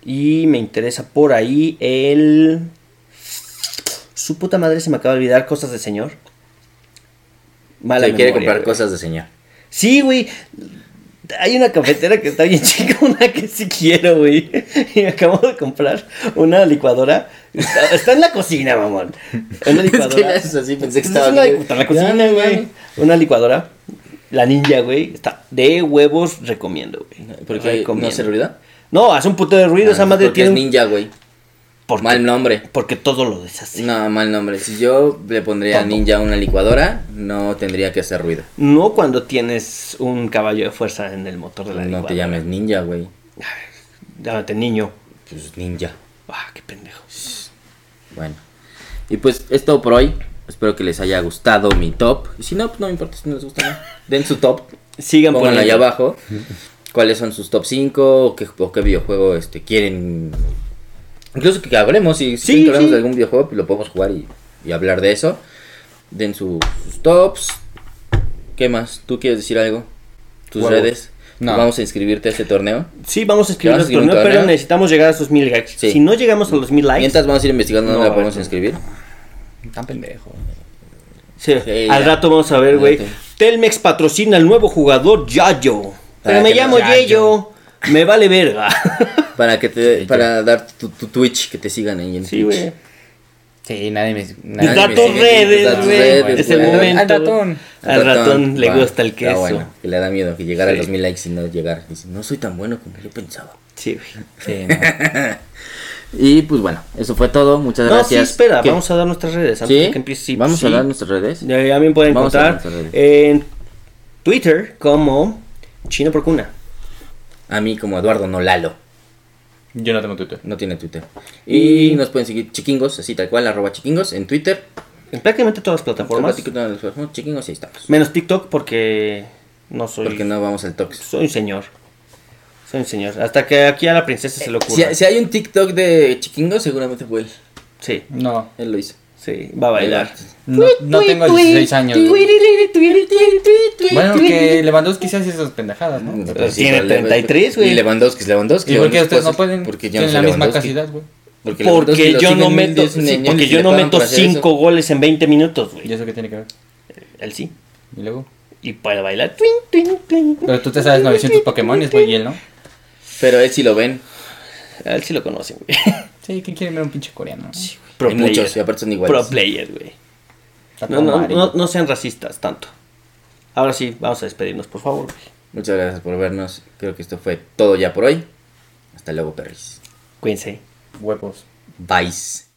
Speaker 3: Y me interesa por ahí el. Su puta madre se me acaba de olvidar cosas de señor. Mala
Speaker 4: Se quiere
Speaker 3: memoria,
Speaker 4: comprar
Speaker 3: güey.
Speaker 4: cosas de señor.
Speaker 3: Sí, güey. Hay una cafetera que está bien chica, una que sí quiero, güey. Y me acabo de comprar una licuadora. Está, está en la cocina, mamón. Una
Speaker 4: Pues Es
Speaker 3: licuadora.
Speaker 4: que le haces así, pensé que
Speaker 3: Entonces,
Speaker 4: estaba
Speaker 3: Pues una,
Speaker 4: bien.
Speaker 3: está en la cocina,
Speaker 4: Ya,
Speaker 3: güey. Una licuadora. La ninja, güey. Está de huevos, recomiendo, güey.
Speaker 4: Porque no hace ruido. Ah,
Speaker 3: No, hace un puto de ruido. esa madre
Speaker 4: porque
Speaker 3: tiene.
Speaker 4: es
Speaker 3: un-
Speaker 4: ninja, güey.
Speaker 3: porque,
Speaker 4: Mal nombre.
Speaker 3: porque todo lo deshace.
Speaker 4: No, mal nombre. Si yo le pondría a
Speaker 3: Tonto.
Speaker 4: ninja una licuadora, no tendría que hacer ruido.
Speaker 3: No cuando tienes un caballo de fuerza en el motor de
Speaker 4: No
Speaker 3: la
Speaker 4: te
Speaker 3: licuadora.
Speaker 4: llames ninja, güey.
Speaker 3: Llámate niño.
Speaker 4: Pues ninja.
Speaker 3: Ah, qué pendejo.
Speaker 4: Bueno. Y pues es todo por hoy. Espero que les haya gustado mi top. Y Si no, pues no me importa si no les gusta. ¿no? Den su top.
Speaker 3: Sigan
Speaker 4: Pónganlo
Speaker 3: poniendo.
Speaker 4: allá abajo. ¿Cuáles son sus top 5? O qué, o qué videojuego este, quieren? Incluso que hablemos. Si, si
Speaker 3: Sí,
Speaker 4: quieren que hablemos
Speaker 3: sí.
Speaker 4: de algún videojuego, pues lo podemos jugar y, y hablar de eso. Den su- sus tops. ¿Qué más? ¿Tú quieres decir algo? ¿Tus
Speaker 2: Huevos.
Speaker 4: redes?
Speaker 2: No.
Speaker 4: ¿Vamos a inscribirte a este torneo?
Speaker 3: Sí, vamos a escribir
Speaker 4: ¿Vamos
Speaker 3: el
Speaker 4: a escribir un
Speaker 3: torneo, pero
Speaker 4: torneo?
Speaker 3: necesitamos llegar a esos mil likes.
Speaker 4: Sí.
Speaker 3: Si no llegamos a los mil likes,
Speaker 4: Mientras vamos a ir investigando dónde
Speaker 3: No,
Speaker 4: la podemos
Speaker 3: no.
Speaker 4: inscribir.
Speaker 2: Tan pendejo.
Speaker 3: sí,
Speaker 4: Sí,
Speaker 3: al
Speaker 4: ya.
Speaker 3: rato vamos a ver,
Speaker 4: Al
Speaker 3: güey.
Speaker 4: rato.
Speaker 3: Telmex patrocina al nuevo jugador Yayo. Pero
Speaker 4: Ah,
Speaker 3: me
Speaker 4: que no, Ah.
Speaker 3: llamo
Speaker 2: Yayo.
Speaker 3: Yayo. Me vale verga.
Speaker 4: Para que te, para dar tu, tu Twitch, que te sigan ahí en
Speaker 3: Sí,
Speaker 4: Twitch.
Speaker 3: güey.
Speaker 2: Sí, nadie me...
Speaker 4: Nadie
Speaker 3: Da
Speaker 4: me
Speaker 3: tus
Speaker 4: sigue, da
Speaker 3: redes,
Speaker 4: tus
Speaker 3: güey.
Speaker 4: redes,
Speaker 3: Es el
Speaker 4: güey.
Speaker 3: momento.
Speaker 2: Al ratón.
Speaker 3: Al ratón le
Speaker 4: va,
Speaker 3: gusta el
Speaker 4: está
Speaker 3: queso.
Speaker 4: bueno, que le da miedo que llegara
Speaker 3: Sí.
Speaker 4: a los mil likes y no llegar. Dice, no soy tan bueno como yo pensaba.
Speaker 3: Sí,
Speaker 4: Ah,
Speaker 2: Sí,
Speaker 3: güey.
Speaker 2: no.
Speaker 4: Y pues bueno, eso fue todo. Muchas
Speaker 3: No, sí,
Speaker 4: gracias.
Speaker 3: espera.
Speaker 4: ¿Qué?
Speaker 3: Vamos a dar nuestras redes antes
Speaker 4: ¿Sí?
Speaker 3: de que empiece. Sí,
Speaker 4: Vamos
Speaker 3: sí.
Speaker 4: a dar nuestras redes.
Speaker 3: Ya, ya me pueden
Speaker 4: Vamos a
Speaker 3: encontrar
Speaker 4: dar nuestras
Speaker 3: en Twitter como Chino por Cuna.
Speaker 4: A mí como Eduardo Nolalo.
Speaker 2: Yo no tengo Twitter.
Speaker 4: No tiene Twitter. Y nos pueden seguir chiquingos, así tal cual, arroba chiquingos en Twitter.
Speaker 3: En prácticamente todas las plataformas.
Speaker 4: Chiquingos, Chiquingos, ahí estamos.
Speaker 3: Menos TikTok porque no soy.
Speaker 4: Porque no vamos al tox.
Speaker 3: Soy un señor. Soy un señor. Hasta que aquí a la princesa se le
Speaker 4: Si,
Speaker 3: ocurra.
Speaker 4: si hay un TikTok de chiquingos, seguramente fue él.
Speaker 3: Sí,
Speaker 2: No.
Speaker 4: Él lo hizo.
Speaker 3: sí, va a bailar.
Speaker 2: No, no tengo 16 años. Bueno, que Lewandowski se hace esas pendejadas, ¿no?
Speaker 4: No,
Speaker 3: Pero
Speaker 4: sí,
Speaker 3: tiene
Speaker 4: pero Lew-
Speaker 3: 33, güey.
Speaker 4: Y Lewandowski es Lewandowski.
Speaker 2: ¿Y por qué ustedes
Speaker 4: Lewandowski
Speaker 2: no
Speaker 4: es-
Speaker 2: pueden?
Speaker 4: Porque yo no
Speaker 2: Tienen
Speaker 4: soy
Speaker 2: la misma
Speaker 4: Lewandowski.
Speaker 2: cantidad, güey.
Speaker 4: Lewandowski
Speaker 3: Porque
Speaker 4: lo
Speaker 3: yo
Speaker 4: siguen
Speaker 3: no
Speaker 4: mil
Speaker 3: meto,
Speaker 4: veces en
Speaker 3: sí,
Speaker 4: el mundo
Speaker 3: porque
Speaker 4: y
Speaker 3: yo
Speaker 4: le
Speaker 3: no
Speaker 4: pagan
Speaker 3: meto
Speaker 4: por hacer eso.
Speaker 3: 5 goles en 20 minutos,
Speaker 2: ¿Y
Speaker 3: güey.
Speaker 2: eso qué tiene que ver?
Speaker 3: Él sí.
Speaker 2: ¿Y luego?
Speaker 3: Y puede bailar. Twin, twin, twin.
Speaker 2: Pero tú te sabes 900 Pokémon y es güey, y él, ¿no?
Speaker 4: Pero él sí lo ven.
Speaker 3: A él sí lo conocen, güey.
Speaker 2: Sí, ¿quién quiere ver un pinche coreano? Sí.
Speaker 3: Pro
Speaker 4: Hay
Speaker 3: player.
Speaker 4: muchos, y aparte son iguales.
Speaker 3: Pro player, güey. No, no, no, no sean racistas tanto. Ahora sí, vamos a despedirnos, por favor. güey.
Speaker 4: Muchas gracias por vernos. Creo que esto fue todo ya por hoy. Hasta luego, perris.
Speaker 3: Cuídense.
Speaker 2: Huevos.
Speaker 4: Bye.